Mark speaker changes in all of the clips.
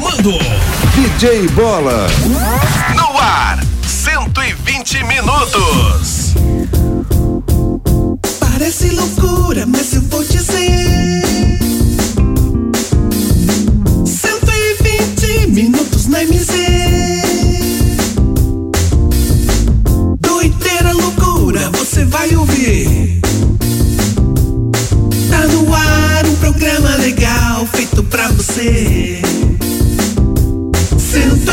Speaker 1: mundo.
Speaker 2: DJ Bola.
Speaker 3: No ar, 120 minutos.
Speaker 4: Parece loucura, mas eu vou dizer. 120 minutos na MZ. Doideira, loucura, você vai ouvir. Tá no ar um programa legal feito pra você.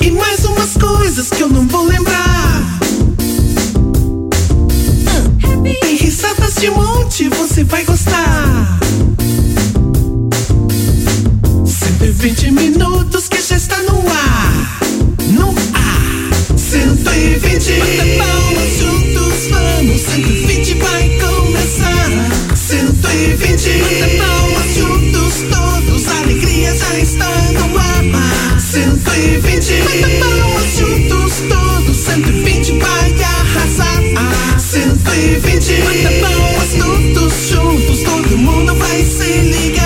Speaker 4: e mais umas coisas que eu não vou lembrar. Tem risadas de monte, você vai gostar. 120 minutos que já está no ar. No ar. 120. Bata palmas juntos, vamos. 120 vai começar. 120. Bata palmas juntos, todos. A alegria já está no ar. 120. Bata palmas juntos, todos. 120 vai arrasar. 120. Bata palmas todos juntos, todo mundo vai se ligar.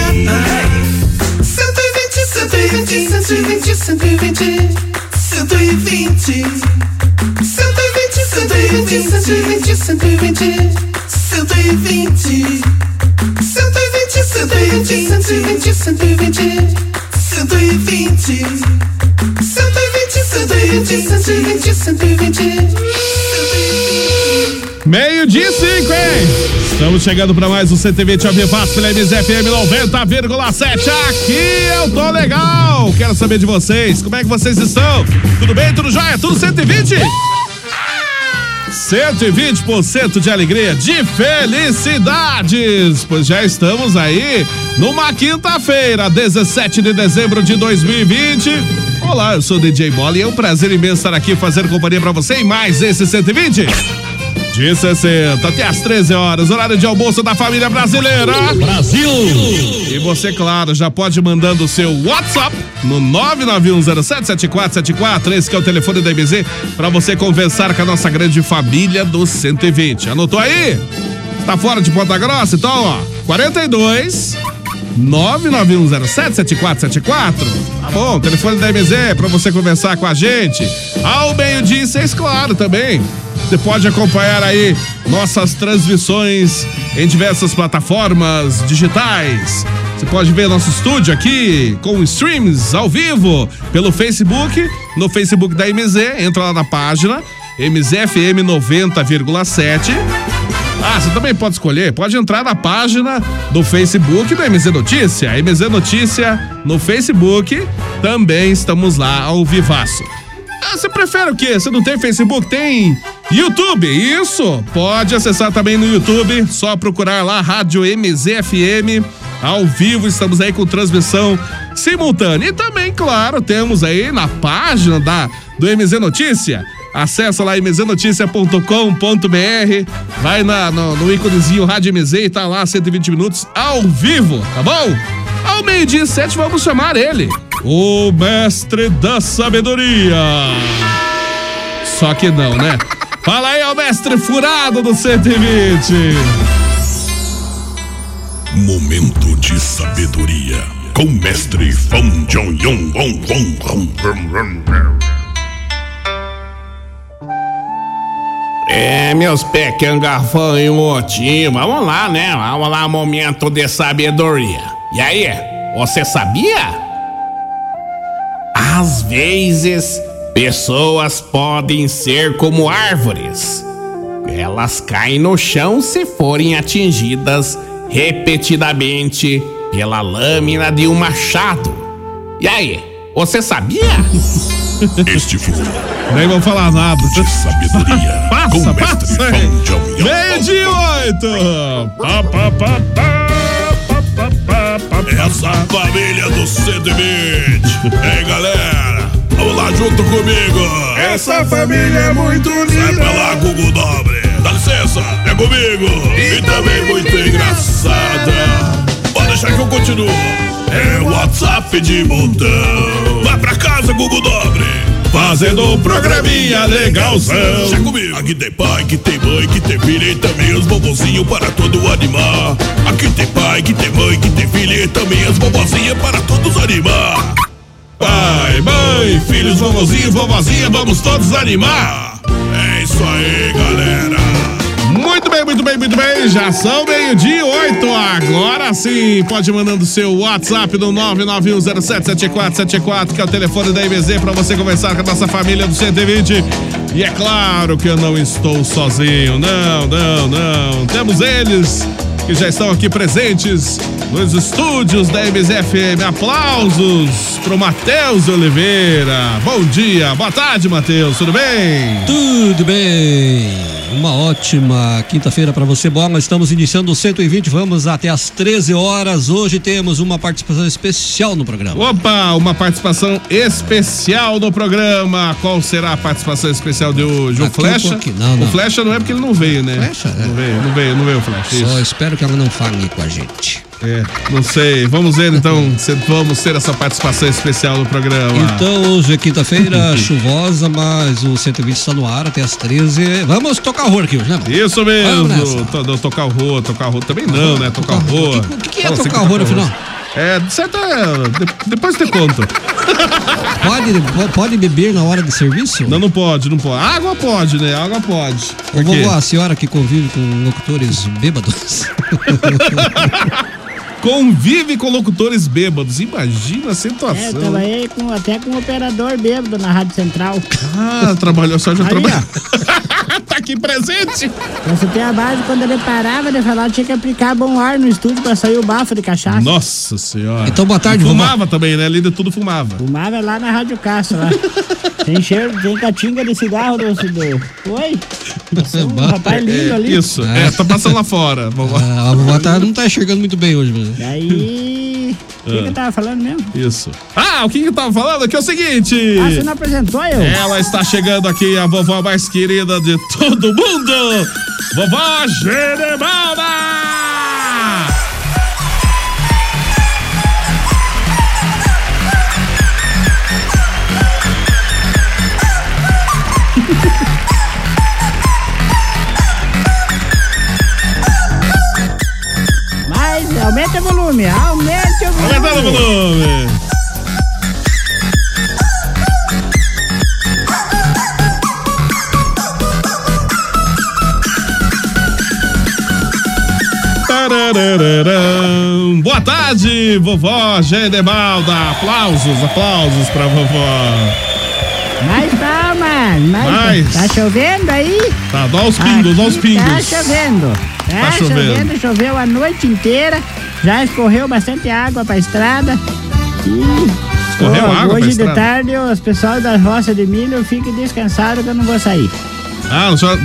Speaker 4: 120, 120, 120, 120, 120. 120, 120, 120, 120. 120, 120, 120, 120, 120. 120, 120, 120, 120.
Speaker 5: Meio-dia e cinco, hein? Estamos chegando para mais um CTV Tia Fácil pela MZFM 90,7. Aqui eu tô legal. Quero saber de vocês. Como é que vocês estão? Tudo bem? Tudo jóia? Tudo 120? 120% de alegria, de felicidades, pois já estamos aí numa quinta-feira, 17 de dezembro de 2020. Olá, eu sou o DJ Bola e é um prazer imenso estar aqui fazer companhia para você em mais esse 120 de 60 até às 13 horas, horário de almoço da família brasileira. Brasil! E você, claro, já pode ir mandando o seu WhatsApp no 991077474, esse que é o telefone da MZ, para você conversar com a nossa grande família do 120. Anotou aí? Tá fora de Ponta Grossa? Então, ó, 42 991077474. Tá bom, telefone da MZ para você conversar com a gente. Ao meio-dia e seis, claro, também. Você pode acompanhar aí nossas transmissões em diversas plataformas digitais. Você pode ver nosso estúdio aqui com streams ao vivo pelo Facebook, no Facebook da MZ, entra lá na página MZFM 90,7. Ah, você também pode escolher, pode entrar na página do Facebook do MZ Notícia, MZ Notícia no Facebook, também estamos lá ao vivaço. Ah, você prefere o quê? Você não tem Facebook? Tem YouTube, isso! Pode acessar também no YouTube, só procurar lá Rádio MZFM ao vivo, estamos aí com transmissão simultânea. E também, claro, temos aí na página da, do MZ Notícia, Acesse lá mznoticia.com.br, vai na, no, no íconezinho Rádio MZ e tá lá 120 minutos ao vivo, tá bom? Ao meio-dia e sete vamos chamar ele, o mestre da sabedoria. Só que não, né? Fala aí, ó, mestre furado do 120.
Speaker 6: Momento de sabedoria com mestre Fan Jong Yong Wong Wong Wong Wong Wong Wong.
Speaker 7: É, meus pequengarfão e motim, um vamos lá, né? Vamos lá, momento de sabedoria. E aí, você sabia? Às vezes, pessoas podem ser como árvores. Elas caem no chão se forem atingidas repetidamente pela lâmina de um machado. E aí, você sabia?
Speaker 6: Este foi
Speaker 5: Nem vou falar nada.
Speaker 6: sabedoria com
Speaker 5: Passa,
Speaker 6: mestre
Speaker 5: passa aí.
Speaker 6: Fan Jong Yong.
Speaker 5: Meio de oito. Pá, pá, pá, pá, pá, pá, pá, pá.
Speaker 6: Essa família do 120 Ei, galera, vamos lá junto comigo.
Speaker 5: Essa família é muito
Speaker 6: Sai pra
Speaker 5: linda.
Speaker 6: lá, Google Dobre. Dá licença, é comigo. E, também muito engraçada. Pode deixar que eu continuo. É WhatsApp de montão. Vai pra casa, Google Dobre. Fazendo um programinha legalzão. Chega comigo. Aqui tem pai, que tem mãe, que tem filha e também os bobozinhos para todo animar. Aqui tem pai, que tem mãe, que tem filha e também as bobozinhas para todos animar. Pai, mãe, filhos, vovozinhos, vovozinha, vamos todos animar. É isso aí, galera.
Speaker 5: Muito bem, muito bem, muito bem. Já são meio-dia e oito. Agora sim, pode ir mandando seu WhatsApp no 991077474, que é o telefone da IBZ, pra você conversar com a nossa família do 120. E é claro que eu não estou sozinho. Não, não, não. Temos eles que já estão aqui presentes nos estúdios da MZFM. Aplausos pro Matheus Oliveira. Bom dia, boa tarde, Matheus. Tudo bem?
Speaker 1: Tudo bem? Uma ótima quinta-feira para você, Bola. Estamos iniciando o 120, vamos até às 13 horas. Hoje temos uma participação especial no programa.
Speaker 5: Opa, uma participação especial no programa. Qual será a participação especial de hoje? O
Speaker 1: Daqui a
Speaker 5: Flecha?
Speaker 1: um pouquinho. Não,
Speaker 5: O
Speaker 1: não.
Speaker 5: Flecha não é porque ele não veio, né?
Speaker 1: Flecha, é.
Speaker 5: Não veio, não veio, não veio o Flecha.
Speaker 1: Só
Speaker 5: Isso.
Speaker 1: espero que ela não fale com a gente.
Speaker 5: É, não sei. Vamos ver então se vamos ter essa participação especial no programa.
Speaker 1: Então, hoje é quinta-feira, chuvosa, mas o 120 está no ar até às 13. Vamos tocar horror aqui hoje, né? Bola?
Speaker 5: Isso
Speaker 1: Vamos
Speaker 5: mesmo.
Speaker 1: nessa.
Speaker 5: To- não, Tocar o rolo, tocar o rolo também não, né? Tocar o rolo.
Speaker 1: O que- o que é
Speaker 5: Fala assim
Speaker 1: tocar o rolo,
Speaker 5: o rolo.
Speaker 1: afinal?
Speaker 5: É, de certa. de- depois te conto.
Speaker 1: Pode, pode beber na hora de serviço?
Speaker 5: Não, não pode, não pode. Água pode, né? Água pode.
Speaker 1: Ô,
Speaker 5: Por quê?
Speaker 1: vovó, a senhora que convive com locutores bêbados.
Speaker 5: Convive com locutores bêbados. Imagina a
Speaker 8: É, eu
Speaker 5: situação.
Speaker 8: trabalhei com, até com um operador bêbado na Rádio Central.
Speaker 5: Ah, trabalhou, só já
Speaker 8: Aí,
Speaker 5: trabalhou. tá aqui presente.
Speaker 8: Pra você ter a base, quando ele parava de falar, tinha que aplicar bom ar no estúdio pra sair o bafo de cachaça.
Speaker 5: Nossa senhora.
Speaker 1: Então, boa tarde, vovó.
Speaker 5: Fumava também, né? Além de tudo, fumava.
Speaker 8: Fumava lá na Rádio Castro, lá. tem cheiro, tem catinga de cigarro do... do... Oi? Um rapaz lindo ali.
Speaker 5: Isso, é, tá passando lá fora. Vovó.
Speaker 1: Ah, a vovó tá- não tá enxergando muito bem hoje, mas...
Speaker 8: Daí... O
Speaker 5: Ah.
Speaker 8: que, que eu tava falando mesmo?
Speaker 5: Isso. Ah, o que que eu tava falando aqui é o seguinte.
Speaker 8: Ah, você não apresentou eu?
Speaker 5: Ela está chegando aqui, a vovó mais querida de todo mundo. Vovó Genebalda!
Speaker 8: Mas aumenta o volume, aumenta o volume.
Speaker 5: Aumentando o volume. Tararararam. Boa tarde, vovó Genebalda. Aplausos, aplausos pra vovó.
Speaker 8: Mais palmas, mais...
Speaker 5: Mais.
Speaker 8: Tá chovendo aí?
Speaker 5: Tá, dá os pingos, dá os
Speaker 8: Aqui Tá
Speaker 5: pingos.
Speaker 8: chovendo. Tá,
Speaker 5: Tá chovendo.
Speaker 8: chovendo. choveu a noite inteira. Já escorreu bastante água pra estrada.
Speaker 5: Escorreu
Speaker 8: Ó,
Speaker 5: água pra
Speaker 8: hoje de
Speaker 5: estrada.
Speaker 8: tarde os pessoal das roças de milho fiquem descansados que eu não vou sair.
Speaker 5: Ah, só,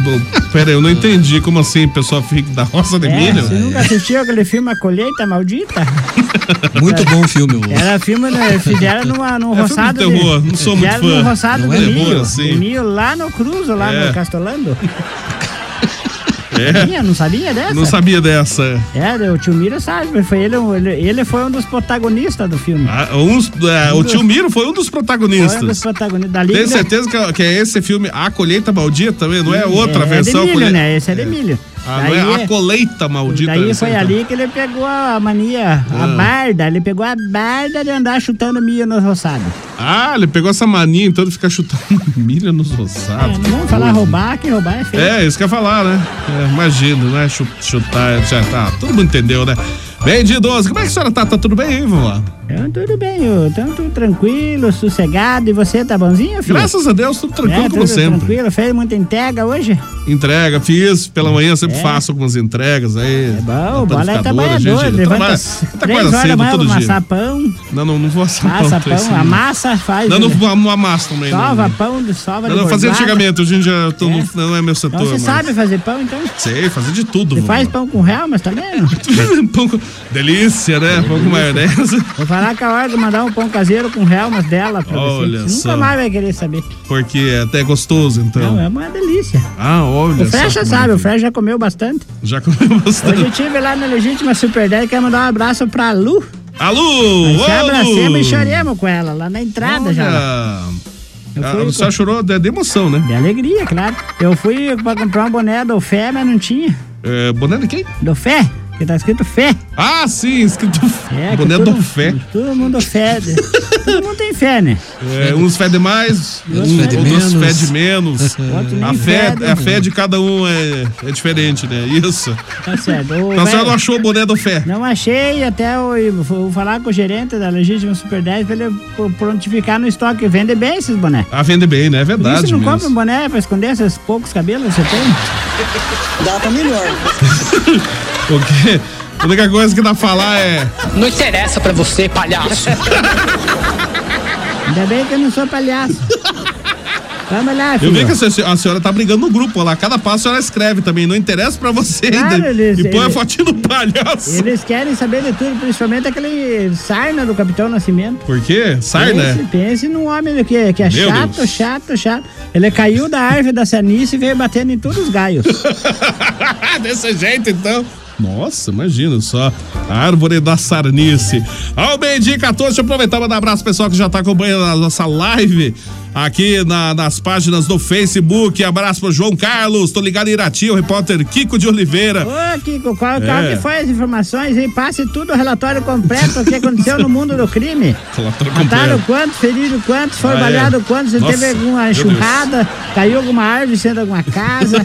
Speaker 5: pera aí, eu não entendi como assim, pessoal fica da roça de
Speaker 8: É,
Speaker 5: milho?
Speaker 8: Você nunca assistiu aquele filme A Colheita Maldita?
Speaker 1: Muito bom o filme, vovó.
Speaker 8: Era filme, né, fizeram numa, num
Speaker 5: É filme de
Speaker 8: roçado
Speaker 5: terror, não sou muito
Speaker 8: fizeram
Speaker 5: fã.
Speaker 8: num roçado
Speaker 1: Não
Speaker 8: de
Speaker 1: é
Speaker 5: terror,
Speaker 8: milho,
Speaker 5: assim.
Speaker 8: de milho lá no Cruzo, lá
Speaker 5: É.
Speaker 8: no Castolando.
Speaker 5: É.
Speaker 8: Tinha, não sabia dessa?
Speaker 5: Não sabia dessa.
Speaker 8: É, o tio Miro sabe, mas foi ele, ele, ele foi um dos protagonistas do filme.
Speaker 5: Ah, uns- é, o tio Miro foi um dos protagonistas.
Speaker 8: Foi um dos protagonistas da Liga.
Speaker 5: Tem certeza que é, que é esse filme A Colheita Maldita mesmo? Não é outra
Speaker 8: é,
Speaker 5: versão?
Speaker 8: É de milho,
Speaker 5: Colhe-
Speaker 8: né? Esse é de milho.
Speaker 5: Ah, não é A Colheita Maldita.
Speaker 8: daí
Speaker 5: esse,
Speaker 8: foi
Speaker 5: então.
Speaker 8: ali que ele pegou a mania,
Speaker 5: Ah.
Speaker 8: a barda. Ele pegou a barda de andar chutando milho no roçado.
Speaker 5: Ah, ele pegou essa mania então de ficar chutando milha nos
Speaker 8: É,
Speaker 5: ossados.
Speaker 8: não vamos falar roubar, que roubar é feio.
Speaker 5: Ah, É, isso que eu ia falar, né? É, imagino, né? Chu- Chutar, já tá. Todo mundo entendeu, né? Bem de 12. Como é que a senhora tá? Tá tudo bem aí, vovó?
Speaker 8: Então tudo bem, eu então, tudo tranquilo, sossegado. E você, tá bonzinho, filho?
Speaker 5: Graças a Deus, tudo tranquilo
Speaker 8: é,
Speaker 5: como
Speaker 8: tudo
Speaker 5: sempre.
Speaker 8: tranquilo, fez muita entrega hoje?
Speaker 5: Entrega, fiz pela manhã, sempre faço algumas entregas aí.
Speaker 8: É bom, bola é
Speaker 5: Panificadora,
Speaker 8: trabalhador,
Speaker 5: Tá gente,
Speaker 8: levanta
Speaker 5: trabalha-
Speaker 8: às
Speaker 5: tá
Speaker 8: três
Speaker 5: quase
Speaker 8: horas da
Speaker 5: cedo
Speaker 8: manhã
Speaker 5: todo
Speaker 8: pra
Speaker 5: dia.
Speaker 8: amassar pão,
Speaker 5: Não, não, não vou assar
Speaker 8: passa
Speaker 5: pão. tô esse
Speaker 8: pão,
Speaker 5: menino.
Speaker 8: amassa, faz...
Speaker 5: Não, não, não amasso também.
Speaker 8: Sova
Speaker 5: não.
Speaker 8: pão de sova
Speaker 5: Não,
Speaker 8: de
Speaker 5: não, fazendo
Speaker 8: bordados.
Speaker 5: chegamento, hoje em dia eu tô no- não é meu setor.
Speaker 8: Então você
Speaker 5: mas-
Speaker 8: sabe fazer pão, então?
Speaker 5: Sei, fazer de tudo.
Speaker 8: Você
Speaker 5: vovó.
Speaker 8: faz pão com real, mas tá vendo?
Speaker 5: Pão com- Delícia, né? Pão com maionese.
Speaker 8: Vou falar com a hora de mandar um pão caseiro com relmas dela pra
Speaker 5: Olha
Speaker 8: você. Você
Speaker 5: só.
Speaker 8: Nunca mais vai querer saber.
Speaker 5: Porque é até gostoso, então.
Speaker 8: Não, é uma delícia.
Speaker 5: Ah, olha
Speaker 8: o Frecha
Speaker 5: só.
Speaker 8: sabe, o Frecha já comeu bastante.
Speaker 5: Já comeu
Speaker 8: Hoje
Speaker 5: bastante.
Speaker 8: eu estive lá na Legítima Super 10 quero mandar um abraço pra Lu.
Speaker 5: Alô!
Speaker 8: Se
Speaker 5: alô!
Speaker 8: abracemos e choremos com ela lá na entrada já. lá. Eu
Speaker 5: Ah,
Speaker 8: fui
Speaker 5: você chorou de de emoção, né?
Speaker 8: De alegria, claro. Eu fui pra comprar um boné do Fé, mas não tinha.
Speaker 5: É, boné de quem?
Speaker 8: Do Fé, que tá escrito Fé.
Speaker 5: Ah, sim, escrito
Speaker 8: É, que
Speaker 5: boné
Speaker 8: todo-
Speaker 5: do fé.
Speaker 8: Todo mundo fede. todo mundo tem fé, né?
Speaker 5: É, uns fede mais,
Speaker 1: Outros
Speaker 5: um-
Speaker 1: fede
Speaker 5: outros
Speaker 1: menos.
Speaker 5: fede menos.
Speaker 8: Outro nem
Speaker 5: A fé,
Speaker 8: fede.
Speaker 5: a fé de cada um é, é diferente, né? Isso.
Speaker 8: Tá certo. Ô,
Speaker 5: Então a senhora
Speaker 8: velho,
Speaker 5: não achou o boné do fé.
Speaker 8: não achei, até eu vou falar com o gerente da Legítima Super 10 pra ele pro- prontificar no estoque. Vende bem esses bonés.
Speaker 5: A vende bem, né? É
Speaker 8: Por isso
Speaker 5: verdade
Speaker 8: não compra um
Speaker 5: mesmo.
Speaker 8: boné pra esconder esses poucos cabelos que você tem?
Speaker 5: Porque a única coisa que dá pra falar é...
Speaker 9: Não interessa pra você, palhaço.
Speaker 8: Ainda bem que eu não sou palhaço. Vamos lá, filho.
Speaker 5: Eu vi que a senhora, a senhora tá brigando no grupo lá. Cada passo a senhora escreve também. Não interessa pra você.
Speaker 8: Claro,
Speaker 5: ainda.
Speaker 8: eles-
Speaker 5: e põe a
Speaker 8: eles-
Speaker 5: fotinha do é palhaço.
Speaker 8: Eles querem saber de tudo, principalmente aquele sarna do Capitão Nascimento.
Speaker 5: Por quê? né? Sarna?
Speaker 8: Pense, pense num homem que, que é
Speaker 5: Meu
Speaker 8: chato,
Speaker 5: Deus.
Speaker 8: chato, chato. Ele caiu da árvore da Sanice e veio batendo em todos os galhos.
Speaker 5: Ah, desse jeito então. Nossa, imagina só. Árvore da Sarnice. Ao meio-dia e 14, deixa eu aproveitar e mandar um abraço pro pessoal que já tá acompanhando a nossa live aqui na- nas páginas do Facebook. Abraço pro João Carlos, tô ligado em Irati, o repórter Kiko de Oliveira.
Speaker 8: Ô, Kiko, qual, qual
Speaker 5: É.
Speaker 8: que foi as informações aí? Passe tudo o relatório completo do que aconteceu no mundo do crime.
Speaker 5: Relatório
Speaker 8: Mataram
Speaker 5: completo.
Speaker 8: quantos, feriram quantos, foi
Speaker 5: Ah, é.
Speaker 8: baleado quantos, se
Speaker 5: Nossa,
Speaker 8: teve alguma
Speaker 5: meu
Speaker 8: churrada, caiu alguma árvore, sendo alguma casa.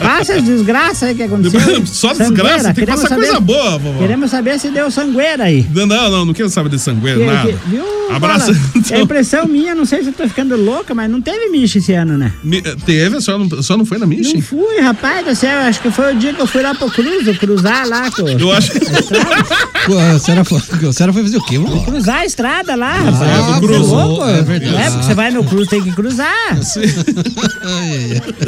Speaker 8: Passa as desgraças aí que aconteceu.
Speaker 5: Só
Speaker 8: Sangueira,
Speaker 5: desgraça, tem que
Speaker 8: queremos
Speaker 5: passar coisa
Speaker 8: saber-
Speaker 5: boa, vovó.
Speaker 8: Queremos saber se deu sangueira aí.
Speaker 5: Não, não, não, não quero saber de sangueiro,
Speaker 8: Que-
Speaker 5: nada.
Speaker 8: é que- viu,
Speaker 5: Abraço.
Speaker 8: Bola? É
Speaker 5: Então,
Speaker 8: impressão minha, não sei se eu tô ficando louca, mas não teve micha esse ano, né?
Speaker 5: me- eh, teve, a senhora não, a senhora não foi na
Speaker 8: Não
Speaker 5: Michi?
Speaker 8: fui, rapaz do céu, acho que foi o dia que eu fui lá pro Cruzo, cruzar lá, co-
Speaker 5: Eu acho que.
Speaker 1: Pô, a, senhora foi, a senhora foi fazer o quê, vovó?
Speaker 8: cruzar a estrada lá, rapaz.
Speaker 5: do
Speaker 8: Você
Speaker 5: Cruzo.
Speaker 8: louco?
Speaker 1: Ah, É verdade.
Speaker 8: É, porque você vai no Cruzo, tem que cruzar.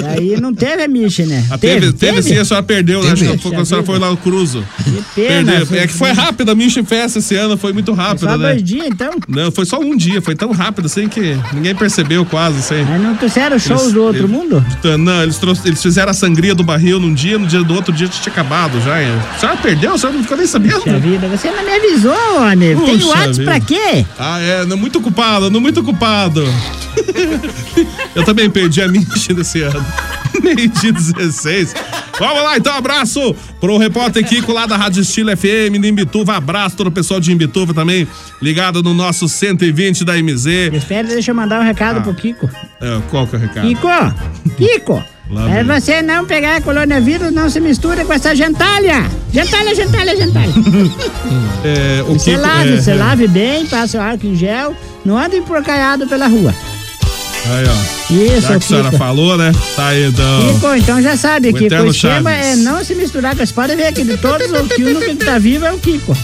Speaker 8: Daí não teve a micha, né?
Speaker 5: Ah, teve, teve, sim, a senhora perdeu, né? Acho que foi quando a senhora foi lá no Cruzo.
Speaker 8: Que pena.
Speaker 5: Perdeu. É que foi rápida a Mission Fest esse ano, foi muito
Speaker 8: Só
Speaker 5: rápida, né?
Speaker 8: dois dias, então.
Speaker 5: Não, foi só um dia, foi tão rápido assim que ninguém percebeu quase, assim.
Speaker 8: Mas não trouxeram shows
Speaker 5: Eles-
Speaker 8: do outro
Speaker 5: eles-
Speaker 8: mundo?
Speaker 5: Então, Não, eles, trouxe- eles fizeram a sangria do barril num dia, no dia do outro dia já tinha acabado já. é. A senhora perdeu, a senhora não ficou nem sabendo.
Speaker 8: Puxa vida, você não me avisou, homem. Tem
Speaker 5: Puxa
Speaker 8: WhatsApp pra
Speaker 5: vida.
Speaker 8: quê?
Speaker 5: Ah, é, não, muito culpado, não muito culpado. Eu também perdi a Michi desse ano. Meio dia 16. Vamos lá, então, abraço pro repórter Kiko lá da Rádio Estilo FM de Imbituva. Abraço todo o pessoal de Imbituva também, ligado no nosso 120 da MZ.
Speaker 8: Espera, deixa eu mandar um recado pro Kiko.
Speaker 5: É, qual que é o recado?
Speaker 8: Kiko,
Speaker 5: Ah.
Speaker 8: É, Kiko,
Speaker 5: Lá
Speaker 8: pra
Speaker 5: vem.
Speaker 8: você não pegar coronavírus, não se mistura com essa gentalha. Gentalha, gentalha, gentalha.
Speaker 5: É, o
Speaker 8: Você
Speaker 5: Kiko-
Speaker 8: lave,
Speaker 5: é,
Speaker 8: você
Speaker 5: é.
Speaker 8: lave bem, passe o álcool em gel, não anda emporcaiado pela rua.
Speaker 5: Aí, ó.
Speaker 8: Isso,
Speaker 5: Já que a senhora
Speaker 8: Kiko.
Speaker 5: falou, né? Tá aí, então.
Speaker 8: Kiko, então já sabe,
Speaker 5: O
Speaker 8: Kiko, o
Speaker 5: eterno
Speaker 8: esquema
Speaker 5: Chaves.
Speaker 8: é não se misturar com... Você pode ver que de todos, o que o único que tá vivo é o Kiko.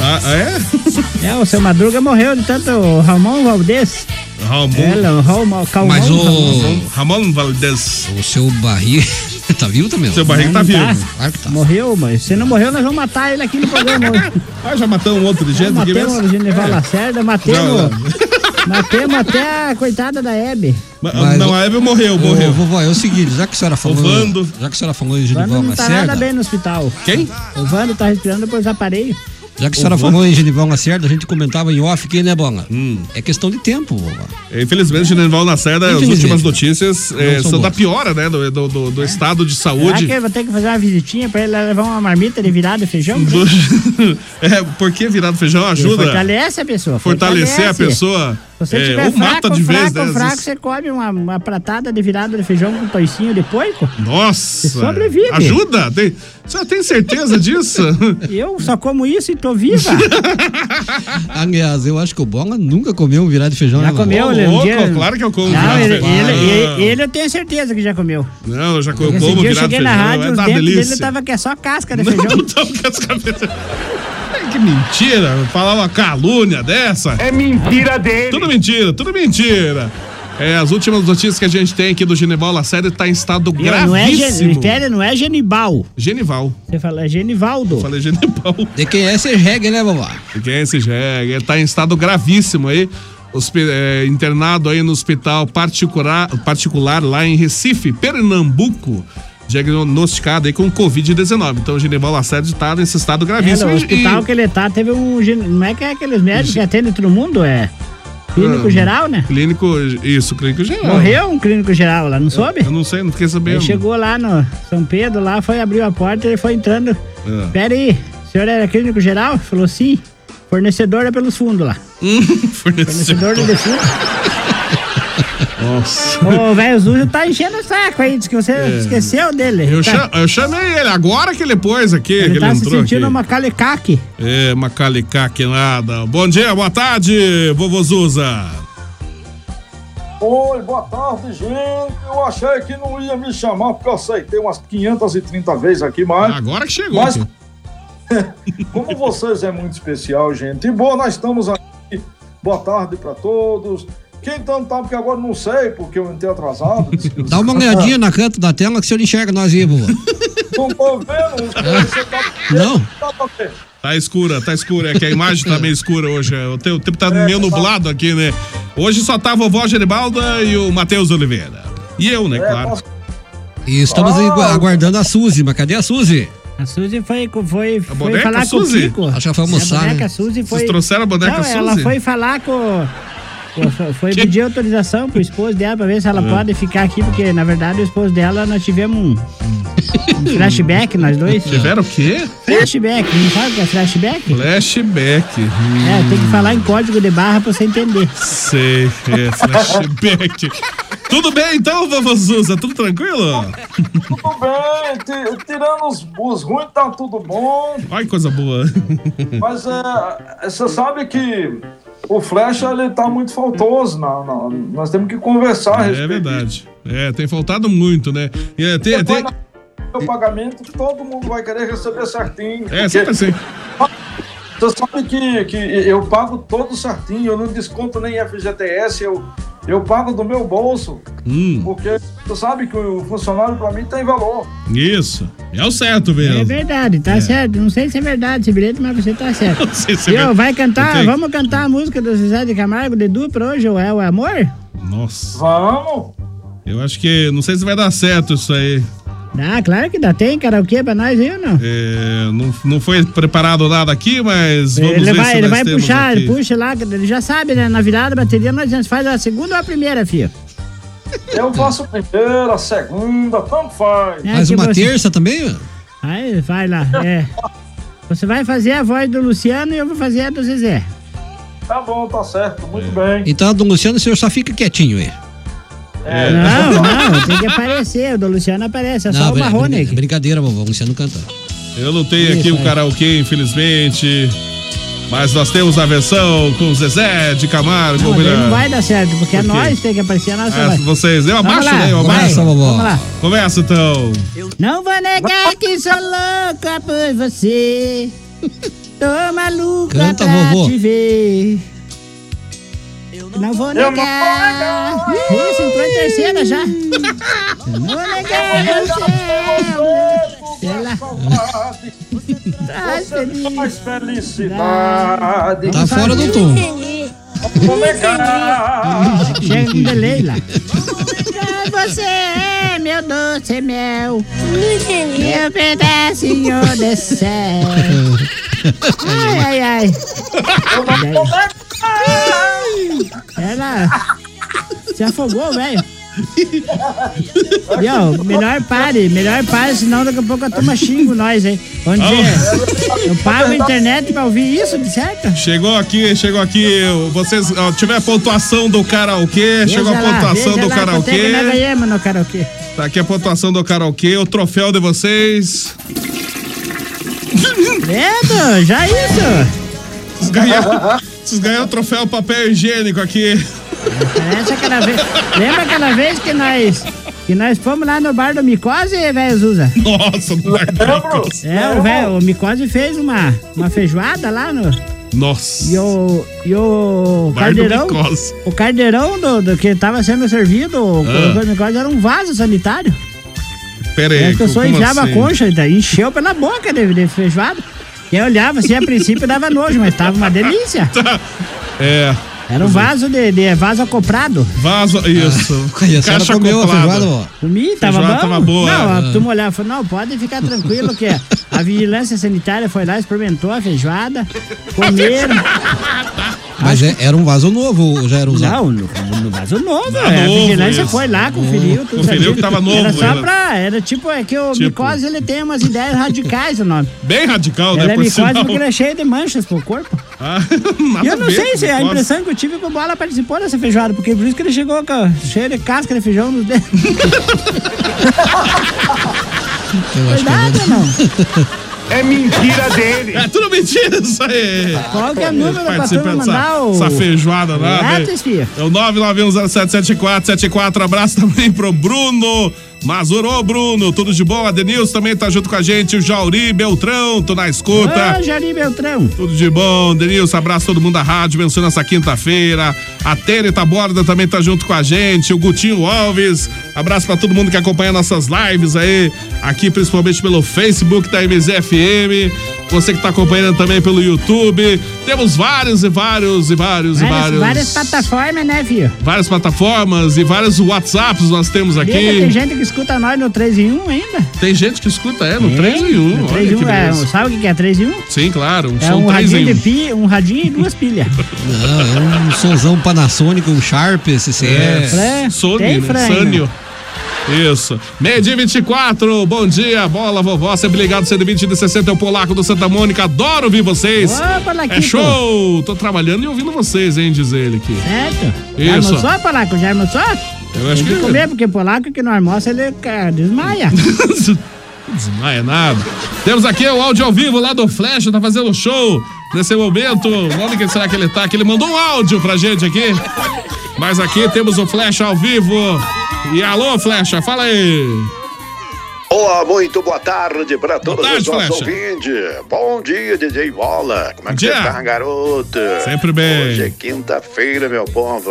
Speaker 5: Ah, é?
Speaker 8: É, o seu Madruga morreu de tanto o Ramon Valdez.
Speaker 5: Ramon.
Speaker 8: Ela, o Ramon, Calmon,
Speaker 1: Mas
Speaker 8: Ramon.
Speaker 1: o,
Speaker 5: Ramon Valdez.
Speaker 1: o seu barriga tá vivo também?
Speaker 5: Seu barriga tá
Speaker 8: Não tá.
Speaker 5: vivo.
Speaker 1: Claro que tá.
Speaker 8: Morreu, mas se não morreu, nós vamos matar ele aqui no programa. hoje.
Speaker 5: Ah, já matou um outro de
Speaker 8: Já
Speaker 5: jeito aqui É.
Speaker 8: matemos
Speaker 5: mesmo?
Speaker 8: o Genival Lacerda,
Speaker 5: Não,
Speaker 8: matemos.
Speaker 5: não.
Speaker 8: Matemos até a coitada da Hebe.
Speaker 5: Mas,
Speaker 1: Mas-
Speaker 5: não, a Eve morreu, morreu.
Speaker 1: Ô, vovó, é o seguinte, já que a senhora falou.
Speaker 5: Vando.
Speaker 1: Já que a senhora falou em
Speaker 8: O Vando
Speaker 1: Genival
Speaker 8: não tá nada
Speaker 1: Lacerda.
Speaker 8: bem no hospital.
Speaker 5: Quem?
Speaker 8: O Vando tá respirando por aparelhos.
Speaker 1: Já que a senhora falou em Genival Lacerda, a gente comentava em off que, né, Bola? É questão de tempo, vovó.
Speaker 5: Hum. Infelizmente, Genival Lacerda, é as
Speaker 1: Infelizmente.
Speaker 5: últimas notícias eh,
Speaker 1: são
Speaker 5: são da
Speaker 1: boas.
Speaker 5: piora, né? Do, do, do- do estado de
Speaker 8: É. Será
Speaker 5: saúde.
Speaker 8: que eu vou ter que fazer uma visitinha pra ele levar uma marmita de virada e feijão? pra ele?
Speaker 5: Do- é, porque virado feijão ajuda
Speaker 8: Fortalece a pessoa.
Speaker 5: a fortalecer a
Speaker 8: fortalece.
Speaker 5: pessoa.
Speaker 8: Se você
Speaker 5: eh,
Speaker 8: tiver
Speaker 5: ou mata
Speaker 8: fraco,
Speaker 5: de vez,
Speaker 8: fraco,
Speaker 5: né?
Speaker 8: fraco,
Speaker 5: às vezes.
Speaker 8: você come uma, uma pratada de virada de feijão com toicinho de porco?
Speaker 5: Nossa!
Speaker 8: sobrevive.
Speaker 5: Ajuda? Tem, você tem certeza disso?
Speaker 8: Eu só como isso e tô viva.
Speaker 1: Aliás, eu acho que o Bola nunca comeu um virado de feijão.
Speaker 8: Já
Speaker 1: né, vovó?
Speaker 8: comeu,
Speaker 5: Ô,
Speaker 8: né? Um
Speaker 5: louco,
Speaker 8: dia-
Speaker 5: claro que eu como
Speaker 8: Não,
Speaker 5: virado
Speaker 8: ele,
Speaker 5: feijão.
Speaker 8: ele-
Speaker 5: Ah.
Speaker 8: ele- ele eu tenho certeza que já comeu.
Speaker 5: Não, eu já eu
Speaker 8: Esse
Speaker 5: como
Speaker 8: dia eu
Speaker 5: virado
Speaker 8: cheguei
Speaker 5: feijão.
Speaker 8: na rádio,
Speaker 5: é
Speaker 8: os
Speaker 5: da
Speaker 8: dentes dele
Speaker 5: delícia.
Speaker 8: tava que é só casca de
Speaker 5: Não,
Speaker 8: feijão.
Speaker 5: não tava com as cabeças. Ai, Que mentira, falar uma calúnia dessa. É mentira dele. Tudo mentira, tudo mentira. É, as últimas notícias que a gente tem aqui do Genival Lacerda está tá em estado
Speaker 8: Não, não é, Gen-
Speaker 5: gravíssimo.
Speaker 8: espera, não é Genibal.
Speaker 5: Genival.
Speaker 8: Você fala, é Genivaldo.
Speaker 5: Falei Genival.
Speaker 1: De quem é esse jegue, né, vovó?
Speaker 5: Quem é esse jegue? Ele tá em estado gravíssimo aí. hospi- é, internado aí no hospital particular, particular lá em Recife, Pernambuco. Diagnosticado aí com Covid-19. Então o Genival Lacerda está nesse estado
Speaker 8: É,
Speaker 5: gravíssimo.
Speaker 8: no
Speaker 5: E-
Speaker 8: hospital que ele tá, teve um. gen- Não é que é aqueles médicos que atendem todo mundo? É. Clínico
Speaker 5: Ah.
Speaker 8: geral, né?
Speaker 5: Clínico, isso, clínico geral.
Speaker 8: Morreu um clínico geral lá, não soube?
Speaker 5: Eu não sei, não fiquei
Speaker 8: Ele
Speaker 5: sabendo.
Speaker 8: chegou lá no São Pedro, lá foi, abriu a porta e foi entrando.
Speaker 5: Ah.
Speaker 8: Pera aí, o senhor era clínico geral? Falou sim. Fornecedor é pelos fundos lá.
Speaker 5: Forneceu.
Speaker 8: Fornecedor do defunto.
Speaker 5: Nossa.
Speaker 8: Ô, velho Zujo tá enchendo o saco aí, diz que você esqueceu dele.
Speaker 5: É. Eu,
Speaker 8: tá,
Speaker 5: cha- eu chamei ele, agora que ele pôs aqui, que
Speaker 8: ele
Speaker 5: ele
Speaker 8: tá se
Speaker 5: entrou
Speaker 8: sentindo
Speaker 5: aqui.
Speaker 8: uma calicaque.
Speaker 5: É, Macalica que nada. Bom dia, boa tarde, vovô Zuza.
Speaker 10: Oi, boa tarde, gente. Eu achei que não ia me chamar porque eu aceitei umas 530 vezes aqui, mas
Speaker 5: Agora que chegou.
Speaker 10: Mas-
Speaker 5: aqui.
Speaker 10: como vocês é muito especial, gente. E boa, nós estamos aqui. Boa tarde para todos. Quem tanto tá, porque agora não sei, porque eu entrei atrasado.
Speaker 1: Dá uma olhadinha na canto da tela que o senhor enxerga nós aí, vovó.
Speaker 10: Não tô vendo. Você tá,
Speaker 1: Não?
Speaker 10: tá pra quê?
Speaker 5: Tá escura, tá escura. É que a imagem tá meio escura hoje. é. O te- o tempo tá meio nublado aqui, né? Hoje só tá a vovó Geribalda e o Matheus Oliveira. E eu, né,
Speaker 10: É,
Speaker 5: claro. Oh,
Speaker 10: posso-
Speaker 1: E estamos aí
Speaker 10: Ah.
Speaker 1: agu- aguardando a Suzy, mas cadê a Suzy?
Speaker 8: A Suzy foi, foi, foi
Speaker 5: boneca
Speaker 8: falar com o
Speaker 5: Suzy?
Speaker 8: Kiko.
Speaker 1: Acho que ela foi
Speaker 8: a
Speaker 1: almoçar,
Speaker 8: boneca
Speaker 1: né?
Speaker 8: Suzy foi.
Speaker 5: Vocês trouxeram a boneca
Speaker 8: Não, ela
Speaker 5: Suzy?
Speaker 8: foi falar com. com- Foi
Speaker 5: Que? É.
Speaker 8: pedir autorização pro esposo dela pra ver se ela pode ficar aqui, porque na verdade o esposo dela nós tivemos um, um flashback, nós dois.
Speaker 5: Tiveram o quê?
Speaker 8: Flashback, não sabe o que é flashback?
Speaker 5: Flashback. Hum,
Speaker 8: É, tem que falar em código de barra pra você entender.
Speaker 5: Sei, é flashback. Tudo bem então, vovô Zuza? Tudo tranquilo?
Speaker 10: Tudo bem. ti- Tirando os, os ruins, tá tudo bom.
Speaker 5: Olha que coisa boa.
Speaker 10: Mas é, você sabe que o Flash ele tá muito faltoso. na- na- nós temos que conversar a
Speaker 5: É
Speaker 10: respeito
Speaker 5: verdade. É, tem faltado muito, né? E é, tem- tem-
Speaker 10: Depois do meu pagamento, todo mundo vai querer receber certinho.
Speaker 5: é
Speaker 10: porque
Speaker 5: sempre assim.
Speaker 10: Você sabe que, que eu pago todo certinho, eu não desconto nem FGTS, eu, eu pago do meu bolso,
Speaker 5: Hum,
Speaker 10: porque você sabe que o funcionário para mim tem valor.
Speaker 5: isso. É o certo
Speaker 8: É
Speaker 5: mesmo.
Speaker 8: verdade, tá certo. Não sei se é verdade esse bilhete, mas você tá certo.
Speaker 5: Não sei se é
Speaker 8: Eu,
Speaker 5: verdade.
Speaker 8: vai cantar,
Speaker 5: Eu tenho-
Speaker 8: vamos cantar a música do Zezé de Camargo de dupla hoje, ou é o amor?
Speaker 5: Nossa,
Speaker 10: Vamos!
Speaker 5: eu acho que. Não sei se vai dar certo isso aí.
Speaker 8: Ah, claro que dá. Tem karaokê pra nós aí ou não?
Speaker 5: É, não, não foi preparado nada aqui, mas vamos
Speaker 8: ele
Speaker 5: ver
Speaker 8: vai,
Speaker 5: se
Speaker 8: ele
Speaker 5: nós
Speaker 8: vai
Speaker 5: temos
Speaker 8: puxar,
Speaker 5: né, aqui.
Speaker 8: ele puxa lá, ele já sabe, né? Na virada, bateria, nós antes faz a segunda ou a primeira, filho?
Speaker 10: Eu faço a primeira, a segunda, tanto faz.
Speaker 8: É,
Speaker 1: Mais
Speaker 8: que
Speaker 1: uma
Speaker 8: você-
Speaker 1: terça também? ó.
Speaker 8: Aí, vai lá, é. Você vai fazer a voz do Luciano e eu vou fazer a do Zezé.
Speaker 10: Tá bom, tá certo, muito bem.
Speaker 1: Então, do Luciano, o senhor só fica quietinho aí.
Speaker 10: É,
Speaker 8: Não, não, tem que aparecer. O do Luciano aparece, é só o
Speaker 1: brin-
Speaker 8: Marrone.
Speaker 1: brinca- Brincadeira, vovó, o Luciano canta.
Speaker 5: Eu não tenho aqui
Speaker 8: Isso,
Speaker 5: o
Speaker 8: é.
Speaker 5: karaokê, infelizmente. Mas nós temos a versão com Zezé de Camargo.
Speaker 8: Não, daí
Speaker 5: melhor.
Speaker 8: não vai dar certo, porque é
Speaker 5: Por quê?
Speaker 8: nós que tem que aparecer a nossa
Speaker 5: Ah,
Speaker 8: voz.
Speaker 5: vocês. Eu
Speaker 8: Vamos
Speaker 5: abaixo,
Speaker 8: lá,
Speaker 5: né? Eu
Speaker 8: vai,
Speaker 5: abaixo.
Speaker 1: Começa, vovó.
Speaker 8: Vamos lá.
Speaker 5: Começa então.
Speaker 8: Não vou negar que sou louca por você. Tô maluca
Speaker 1: Canta,
Speaker 8: pra
Speaker 1: vovô.
Speaker 8: te ver. Não vou negar. Isso, entrou em terceira já. Eu não vou negar você. Ela
Speaker 10: saudade,
Speaker 8: traz feliz.
Speaker 10: mais felicidade. é
Speaker 1: Tá fora do tom.
Speaker 10: Vou negar.
Speaker 8: Chega um delay lá. Você é meu doce mel, meu pedacinho de céu. Ai, ai, ai.
Speaker 10: Vou negar.
Speaker 8: Ela se afogou, velho. E, ó, melhor pare, melhor pare, senão daqui a pouco a turma xinga nós, hein? Onde é? Eu pago a internet pra ouvir isso, de certo?
Speaker 5: Chegou aqui, chegou aqui. Vocês ó, tiver a pontuação do karaokê, É, chegou a
Speaker 8: Veja lá,
Speaker 5: pontuação
Speaker 8: veja
Speaker 5: do
Speaker 8: lá quanto
Speaker 5: karaokê.
Speaker 8: é que nós ganhamos no karaokê.
Speaker 5: Tá aqui a pontuação do karaokê, o troféu de vocês.
Speaker 8: Vendo? Já É isso?
Speaker 5: Vocês ganharam, vocês ganharam o troféu papel higiênico aqui.
Speaker 8: Essa aquela vez. Lembra aquela vez que nós. Que nós fomos lá no bar do Micose, velho Zuza?
Speaker 5: Nossa, Marcos.
Speaker 10: Lembro?
Speaker 8: É, o velho, o Micose fez uma, uma feijoada lá no.
Speaker 5: Nossa.
Speaker 8: E o, e o
Speaker 5: Bar do
Speaker 8: cardeirão.
Speaker 5: Micose.
Speaker 8: O cardeirão do, do que tava sendo servido, o
Speaker 5: Ah.
Speaker 8: ah. micose era um vaso sanitário.
Speaker 5: Pera
Speaker 8: E
Speaker 5: aí.
Speaker 8: as pessoas
Speaker 5: como
Speaker 8: enfiavam
Speaker 5: assim?
Speaker 8: a concha, e daí encheu pela boca de, de feijoada. E eu olhava assim, a princípio dava nojo, mas tava uma delícia.
Speaker 5: Tá. É.
Speaker 8: Era um vaso de, de vaso acoprado.
Speaker 5: Vaso, isso.
Speaker 1: E Ah, a senhora comeu a
Speaker 5: acoplada.
Speaker 1: feijoada, ó. Ah.
Speaker 8: Comi, tava
Speaker 5: Feijoada
Speaker 8: bom.
Speaker 5: tava boa,
Speaker 8: Não,
Speaker 5: é.
Speaker 8: tu molhava, falou, não, pode ficar tranquilo que a vigilância sanitária foi lá, experimentou a feijoada, comeram.
Speaker 1: Mas é- era um vaso novo ou já era usado?
Speaker 8: Não, no, no vaso novo. é.
Speaker 5: Ah,
Speaker 8: a
Speaker 5: novo
Speaker 8: vigilância
Speaker 5: esse.
Speaker 8: foi lá, conferiu tudo
Speaker 5: Conferiu
Speaker 8: certinho.
Speaker 5: que tava novo,
Speaker 8: Era só
Speaker 5: era.
Speaker 8: pra. Era tipo, é que o
Speaker 5: Tipo.
Speaker 8: micose ele tem umas ideias radicais o nome.
Speaker 5: Bem radical, né?
Speaker 8: Ela é
Speaker 5: Por
Speaker 8: micose
Speaker 5: sinal.
Speaker 8: porque ela é cheia de manchas pro corpo.
Speaker 5: Ah,
Speaker 8: E
Speaker 5: nada
Speaker 8: eu não
Speaker 5: a ver
Speaker 8: sei
Speaker 5: com
Speaker 8: se é a
Speaker 5: micose.
Speaker 8: impressão que eu tive que o Bola participou dessa feijoada, porque por isso que ele chegou com a- cheio de casca de feijão nos dedos.
Speaker 1: Eu acho que é
Speaker 8: Verdade
Speaker 1: verdade.
Speaker 8: ou não?
Speaker 6: É mentira dele.
Speaker 5: É tudo mentira isso aí.
Speaker 8: Qual que é o número pra tu
Speaker 5: Participando
Speaker 8: mandar o...
Speaker 5: dessa essa feijoada lá,
Speaker 8: Relato,
Speaker 5: velho.
Speaker 8: espia.
Speaker 5: É o 991077474. Abraço também pro Bruno. Mazurô, Bruno. Tudo de bom. Adenilson também tá junto com a gente. O Jauri Beltrão, tô na escuta.
Speaker 8: Ô, Jari Ah, Beltrão.
Speaker 5: Tudo de bom, Denilson. Abraço todo mundo da rádio. Menciona essa quinta-feira. A Tereta Borda também tá junto com a gente. O Gutinho Alves. Abraço pra todo mundo que acompanha nossas lives aí. Aqui, principalmente pelo Facebook da MZFM. Você que tá acompanhando também pelo YouTube. Temos vários e vários e vários e
Speaker 8: Várias,
Speaker 5: vários.
Speaker 8: várias plataformas, né, filho?
Speaker 5: várias plataformas e vários WhatsApps nós temos aqui.
Speaker 8: Liga, tem gente que escuta nós no 3 em 1 ainda.
Speaker 5: Tem gente que escuta, é, no 3 em 1.
Speaker 8: No
Speaker 5: Olha
Speaker 8: 3
Speaker 5: que
Speaker 8: em 1 é,
Speaker 5: beleza.
Speaker 8: sabe o que que é 3 em 1?
Speaker 5: Sim, claro. Um
Speaker 8: É
Speaker 5: som
Speaker 8: um
Speaker 5: 3
Speaker 8: radinho
Speaker 5: em 1.
Speaker 8: de pi, um radinho e duas pilhas.
Speaker 1: Não, é um sonzão Panasonic, um Sharp, CCS.
Speaker 8: É, Fran,
Speaker 5: Sônio,
Speaker 8: tem
Speaker 5: né?
Speaker 8: Fran,
Speaker 5: Sânio. Isso. Meio dia 24, bom dia, bola, vovó, sempre ligado, 120 de 60, é o Polaco do Santa Mônica, adoro ouvir vocês.
Speaker 8: Ô, Polaquito.
Speaker 5: é show! Tô trabalhando e ouvindo vocês, hein, diz ele aqui.
Speaker 8: Certo? Já
Speaker 5: Isso.
Speaker 8: almoçou, Polaco? Já almoçou?
Speaker 5: Eu acho
Speaker 8: Tem que
Speaker 5: que-
Speaker 8: comer, porque Polaco que não almoça, ele cara, desmaia.
Speaker 5: Desmaia é nada. Temos aqui o áudio ao vivo lá do Flash, tá fazendo show nesse momento. Onde que será que ele tá? Que ele mandou um áudio pra gente aqui. Mas aqui temos o Flash ao vivo. E alô, Flecha, fala aí.
Speaker 11: Olá, muito boa tarde para todos
Speaker 5: tarde,
Speaker 11: os nossos
Speaker 5: Flecha.
Speaker 11: ouvintes. Bom dia, DJ Bola. Como é que
Speaker 5: Dia.
Speaker 11: você tá, garoto?
Speaker 5: Sempre bem.
Speaker 11: Hoje é quinta-feira, meu povo.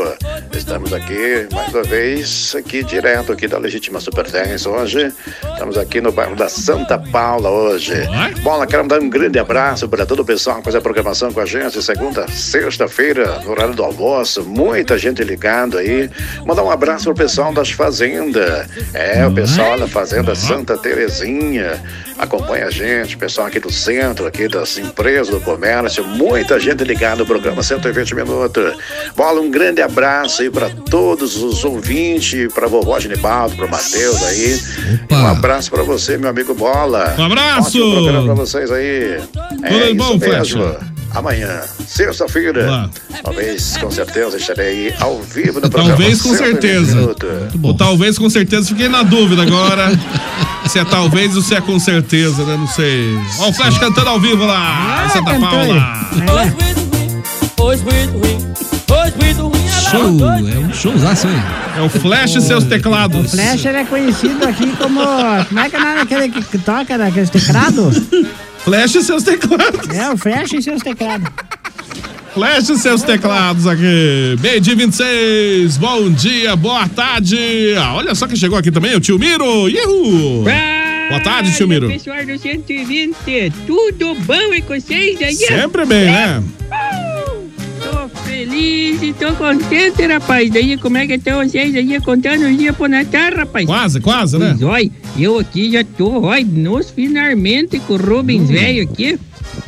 Speaker 11: Estamos aqui, mais uma vez, aqui direto aqui da Legítima Super 10 hoje. Estamos aqui no bairro da Santa Paula hoje.
Speaker 5: Vai.
Speaker 11: Bola, quero mandar um grande abraço para todo o pessoal que faz a programação com a gente. Segunda, sexta-feira, no horário do almoço. Muita gente ligada aí. Mandar um abraço pro pessoal das fazendas. É, o pessoal da
Speaker 5: Hum.
Speaker 11: Fazenda Santa Terezinha. Acompanha a gente, pessoal aqui do centro, aqui das empresas, do comércio. Muita gente ligada no programa 120 Minutos. Bola, um grande abraço aí para todos os ouvintes, para vovó Genibaldo, para Matheus aí.
Speaker 1: Opa.
Speaker 11: Um abraço para você, meu amigo Bola.
Speaker 5: Um abraço!
Speaker 11: Ótimo programa pra vocês aí. É
Speaker 5: Tudo
Speaker 11: isso
Speaker 5: bom,
Speaker 11: mesmo.
Speaker 5: Flecha?
Speaker 11: Amanhã, sexta-feira.
Speaker 5: Olá.
Speaker 11: Talvez, com certeza, estarei aí ao vivo no programa.
Speaker 5: Talvez, com
Speaker 11: 120
Speaker 5: certeza.
Speaker 11: minutos.
Speaker 5: O talvez com certeza, fiquei na dúvida agora. se é talvez ou se é com certeza, né? Não sei. Ó, o Flash cantando ao vivo lá, Santa
Speaker 8: cantou
Speaker 5: Paula.
Speaker 8: ele. É.
Speaker 1: Show, é um showzaço aí.
Speaker 5: É o Flash e seus teclados.
Speaker 8: Flash ele é conhecido aqui como. Como é que é o nome daquele que que toca né, naqueles teclados?
Speaker 5: Flash e seus teclados.
Speaker 8: É, o Flash e seus teclados.
Speaker 5: Flash e seus teclados aqui. Meio dia 26. Bom dia, boa tarde. Ah, olha só quem chegou aqui também, o tio Miro. Ihu! Boa tarde, tio Miro.
Speaker 4: Pessoal do 120, tudo bom e com vocês aí? Uh,
Speaker 5: Sempre bem, né?
Speaker 4: Tô feliz e tô contente, rapaz. Daí, como é que estão vocês aí contando os dias pro Natal, rapaz?
Speaker 5: Quase, quase, né?
Speaker 4: Pois, Oi, eu aqui já tô, oi, nos finalmente com o Rubens velho aqui.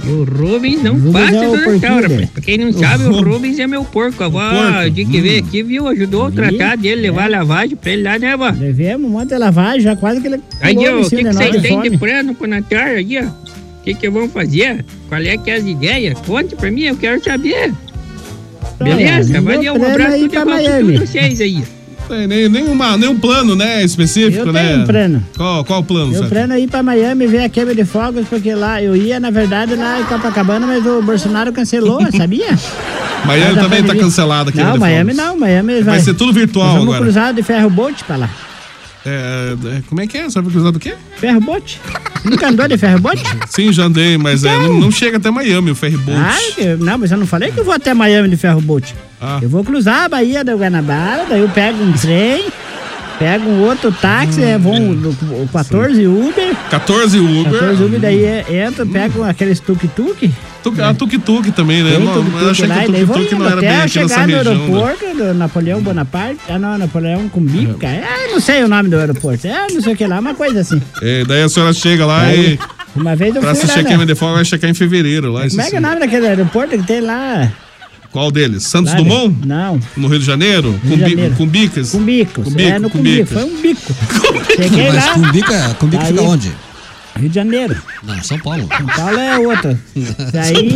Speaker 4: E o Rubens não
Speaker 8: Hum. Rubens
Speaker 4: passa
Speaker 8: é o
Speaker 4: do Natal,
Speaker 8: porquinho,
Speaker 4: rapaz.
Speaker 8: velho.
Speaker 4: Pra quem não sabe, o Rubens é meu porco. A vó
Speaker 5: porco, Hum.
Speaker 4: de que veio aqui, viu, ajudou a tratar dele,
Speaker 8: É.
Speaker 4: levar a lavagem pra ele lá, né, vó?
Speaker 8: Devemos um monte de lavagem, já quase que ele.
Speaker 4: Aí,
Speaker 8: pulou
Speaker 4: ó,
Speaker 8: em
Speaker 4: o que,
Speaker 8: cima
Speaker 4: que
Speaker 8: de nós,
Speaker 4: vocês
Speaker 8: de
Speaker 4: têm de
Speaker 8: fome.
Speaker 4: plano pro Natal aí, ó? O que que vão fazer? Qual é que é as ideias? Conte pra mim, eu quero saber. Beleza?
Speaker 8: Olha,
Speaker 4: Valeu,
Speaker 8: Tá,
Speaker 4: um
Speaker 8: meu
Speaker 4: abraço
Speaker 8: plano aí
Speaker 4: tudo
Speaker 8: pra
Speaker 4: de bom pra
Speaker 8: Miami.
Speaker 4: todos vocês aí.
Speaker 5: Tem nem, nem, uma, nem um plano, né? Específico,
Speaker 8: Eu
Speaker 5: né?
Speaker 8: tenho um plano.
Speaker 5: Qual, qual o plano,
Speaker 8: Meu
Speaker 5: Sérgio?
Speaker 8: plano é ir pra Miami ver a quebra de fogos, porque lá eu ia, na verdade, lá em Copacabana, mas o Bolsonaro cancelou, sabia?
Speaker 5: Miami
Speaker 8: Mas a
Speaker 5: também tá
Speaker 8: pandemia-
Speaker 5: cancelado aqui.
Speaker 8: Não,
Speaker 5: né,
Speaker 8: Miami
Speaker 5: Fábio?
Speaker 8: não, Miami vai.
Speaker 5: Vai ser tudo virtual
Speaker 8: Vamos
Speaker 5: agora.
Speaker 8: cruzar de ferro boat pra lá.
Speaker 5: É, é, como é que é? Você vai cruzar do quê?
Speaker 8: Ferro boat? Nunca andou de ferrobote?
Speaker 5: Sim, já andei, mas é, não, não chega até Miami o ferryboat.
Speaker 8: Então- Ah, eu- não, mas eu não falei que eu vou até Miami de ferrobote.
Speaker 5: Ah.
Speaker 8: Eu vou cruzar a Bahia da Guanabara, daí eu pego um trem, pego um outro
Speaker 5: Hum,
Speaker 8: táxi, é, vou um, do- 14 Uber.
Speaker 5: 14 Uber. Hum.
Speaker 8: 14 Uber, daí é, entra, pego aqueles tuk-tuk.
Speaker 5: Tu- a tuk-tuk também, né?
Speaker 8: Tem
Speaker 5: Não,
Speaker 8: tuk-tuk
Speaker 5: eu achei
Speaker 8: lá,
Speaker 5: que
Speaker 8: e daí
Speaker 5: o
Speaker 8: vou
Speaker 5: tuk-tuk
Speaker 8: indo
Speaker 5: não era
Speaker 8: até
Speaker 5: bem aqui nessa
Speaker 8: chegar no
Speaker 5: região. né?
Speaker 8: aeroporto do Napoleão Bonaparte. Ah, não, Napoleão Cumbica. É, não sei o nome do aeroporto. É, não sei o que lá, uma coisa assim.
Speaker 5: É, daí a senhora chega lá
Speaker 8: Aí,
Speaker 5: e.
Speaker 8: Uma vez eu
Speaker 5: Pra é
Speaker 8: fui
Speaker 5: se
Speaker 8: lá,
Speaker 5: checar
Speaker 8: né?
Speaker 5: em default, vai checar em fevereiro lá.
Speaker 8: Como é
Speaker 5: esse-
Speaker 8: que é o nome daquele aeroporto que tem lá?
Speaker 5: Qual deles? Santos
Speaker 8: Lá, né?
Speaker 5: Dumont?
Speaker 8: Não.
Speaker 5: No Rio de Janeiro?
Speaker 8: de
Speaker 5: com, bi-
Speaker 8: Janeiro.
Speaker 5: com bicas? Com
Speaker 8: bicas. é, no Cumbica. Foi um bico. Cheguei
Speaker 1: Mas
Speaker 8: lá.
Speaker 1: Cumbica, Cumbica fica
Speaker 8: Aí-
Speaker 1: onde?
Speaker 8: Rio de Janeiro.
Speaker 1: Não, São Paulo.
Speaker 8: São Paulo é outra. Daí,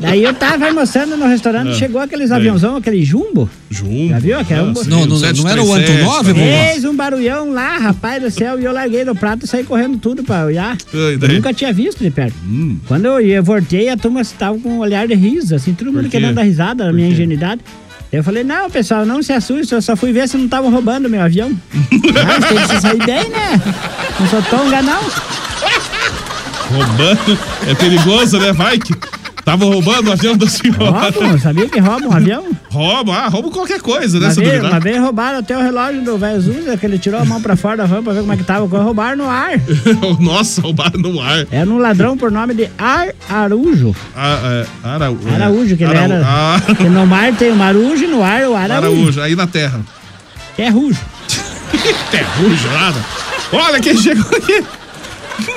Speaker 8: daí eu tava almoçando no restaurante,
Speaker 1: É.
Speaker 8: chegou aqueles aviãozão, aquele jumbo.
Speaker 5: Jumbo.
Speaker 8: Já viu? Aquele
Speaker 1: Ah, sim, Não, não- não era o Antonov, vovó?
Speaker 8: Fez um barulhão lá, rapaz do céu, e eu larguei no prato e saí correndo tudo pra olhar.
Speaker 5: Ai,
Speaker 8: Eu
Speaker 5: daí? Hum.
Speaker 8: nunca tinha visto de perto. Quando eu, eu voltei, a turma estava com um olhar de riso, assim, todo mundo
Speaker 5: quê?
Speaker 8: querendo dar risada na minha ingenuidade. Eu falei, não, pessoal, não se assuste, eu só fui ver se não estavam roubando meu avião. Mas tem que se sair bem, né? Não sou tonga, não.
Speaker 5: Roubando. É perigoso, né? Vai que. Tava roubando o avião da senhora.
Speaker 8: Roubam, sabia que roubam um avião?
Speaker 5: Rouba, ah, rouba qualquer coisa, né?
Speaker 8: Uma
Speaker 5: se
Speaker 8: vez,
Speaker 5: duvidar.
Speaker 8: uma vez roubaram até o relógio do velho Zuza, que ele tirou a mão pra fora da van pra ver como é que tava. Roubaram no ar.
Speaker 5: Nossa, roubaram no ar.
Speaker 8: Era um ladrão por nome de Ar Arujo.
Speaker 5: Ah, é, Arau-
Speaker 8: Araújo, que ele
Speaker 5: Arau-
Speaker 8: era.
Speaker 5: Ah,
Speaker 8: Que no mar tem o Marujo e no ar o Araújo.
Speaker 5: Araújo, aí na terra.
Speaker 8: É rujo.
Speaker 5: Terrujo, nada. Olha quem chegou aqui.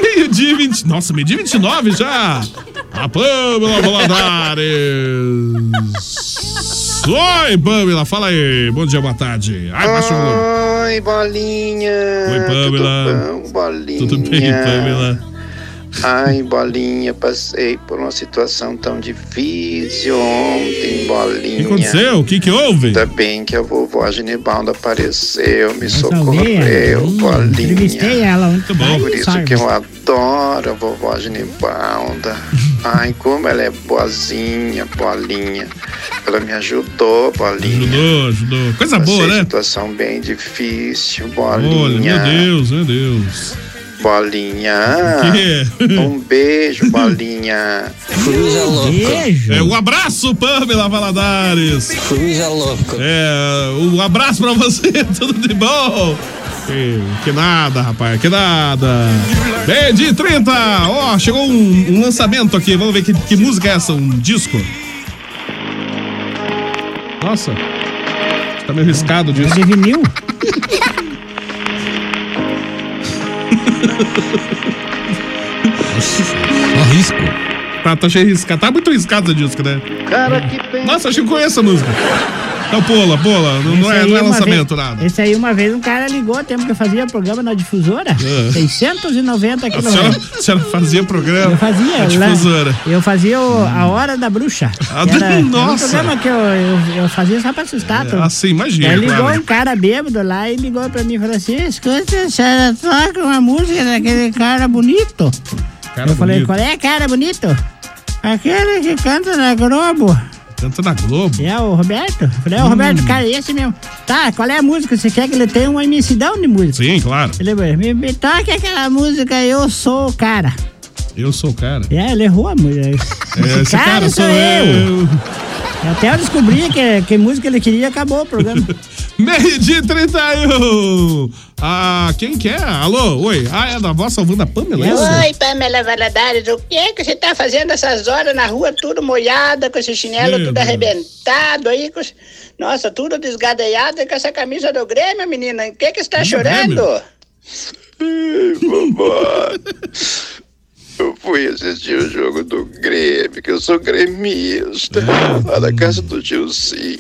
Speaker 5: Meio-dia 20. Nossa, meio-dia 29 já. A Pâmela Valadares. Oi, Pâmela, fala aí. Bom dia, boa tarde. Ai, baixou o volume.
Speaker 11: Oi, bolinha.
Speaker 5: Oi, Pâmela.
Speaker 11: Tudo bom, bolinha?
Speaker 5: Tudo bem, Pâmela?
Speaker 11: Ai, bolinha, passei por uma situação tão difícil ontem, bolinha.
Speaker 5: O que aconteceu? O que que houve?
Speaker 11: Ainda bem que a vovó Genibalda apareceu, me
Speaker 8: Salvei,
Speaker 11: socorreu, bolinha.
Speaker 8: Entrevistei ela ontem.
Speaker 5: Tá
Speaker 8: Ai,
Speaker 11: Por isso
Speaker 8: sorry.
Speaker 11: que eu adoro a vovó Genibalda. Ai, como ela é boazinha, bolinha. Ela me ajudou, bolinha.
Speaker 5: Ajudou, ajudou. Coisa boa,
Speaker 11: Passei
Speaker 5: né?
Speaker 11: situação bem difícil,
Speaker 5: Olha,
Speaker 11: bolinha.
Speaker 5: meu Deus, meu Deus.
Speaker 11: Bolinha.
Speaker 5: O quê?
Speaker 11: Um beijo, bolinha. Coisa
Speaker 5: É, um abraço, Pamela Valadares. Coisa louca. É, um abraço pra você, tudo de bom. Que, que nada, rapaz, que nada. Meio de 30, ó, chegou um, um lançamento aqui, vamos ver que, que música é essa, um disco. Nossa, tá meio riscado o disco.
Speaker 8: É De vinil?
Speaker 5: Ó, risco. Tá, tá cheio de riscado, tá muito riscado esse disco, né?
Speaker 11: Cara, que pena.
Speaker 5: Nossa, acho que eu conheço a música. Não, pula, pula, não, não
Speaker 8: Esse
Speaker 5: é,
Speaker 8: aí
Speaker 5: não é
Speaker 8: uma
Speaker 5: lançamento,
Speaker 8: vez-
Speaker 5: nada.
Speaker 8: Esse aí uma vez um cara ligou, tempo que eu fazia programa na difusora.
Speaker 5: Ah.
Speaker 8: 690
Speaker 5: A
Speaker 8: aqui no
Speaker 5: senhora,
Speaker 8: Rio.
Speaker 5: a senhora fazia programa.
Speaker 8: Eu fazia,
Speaker 5: A
Speaker 8: eu
Speaker 5: difusora.
Speaker 8: Eu fazia o- a Hora da Bruxa.
Speaker 5: Hum. Ah,
Speaker 8: Era,
Speaker 5: nossa.
Speaker 8: Era um programa que eu, eu, eu fazia só pra assustar. todo.
Speaker 5: Ah, sim, imagina,
Speaker 8: Aí ligou
Speaker 5: claro.
Speaker 8: um cara bêbado lá e ligou pra mim e falou assim: escuta, a senhora toca uma música daquele cara bonito.
Speaker 5: Cara
Speaker 8: eu falei:
Speaker 5: bonito.
Speaker 8: qual é, cara bonito? Aquele que canta na Globo.
Speaker 5: Canta na Globo. Hum.
Speaker 8: É o Roberto? Eu falei, é o Roberto, cara, esse mesmo. Tá, qual é a música? Você quer que ele tenha uma imensidão de música?
Speaker 5: Sim, claro.
Speaker 8: Ele falou, me, me toque aquela música Eu Sou o Cara.
Speaker 5: Eu sou o cara.
Speaker 8: É, ele errou a música.
Speaker 5: É, esse cara sou eu.
Speaker 8: Até eu descobri que, que música ele queria, acabou o programa.
Speaker 5: Meio de 31. Ah, quem que é? Alô, oi. Ah, é da voz salvando a Pamela? é isso?
Speaker 12: Oi, Pamela Valadares, o que é que você tá fazendo essas horas na rua, tudo molhada, com esse chinelo
Speaker 5: Meu
Speaker 12: tudo
Speaker 5: Deus.
Speaker 12: arrebentado aí, com... esse- nossa, tudo desgadeiado e com essa camisa do Grêmio, menina, o que que você tá chorando?
Speaker 11: Vovó. Eu fui assistir o jogo do Grêmio, que eu sou gremista, lá na casa do Gilci.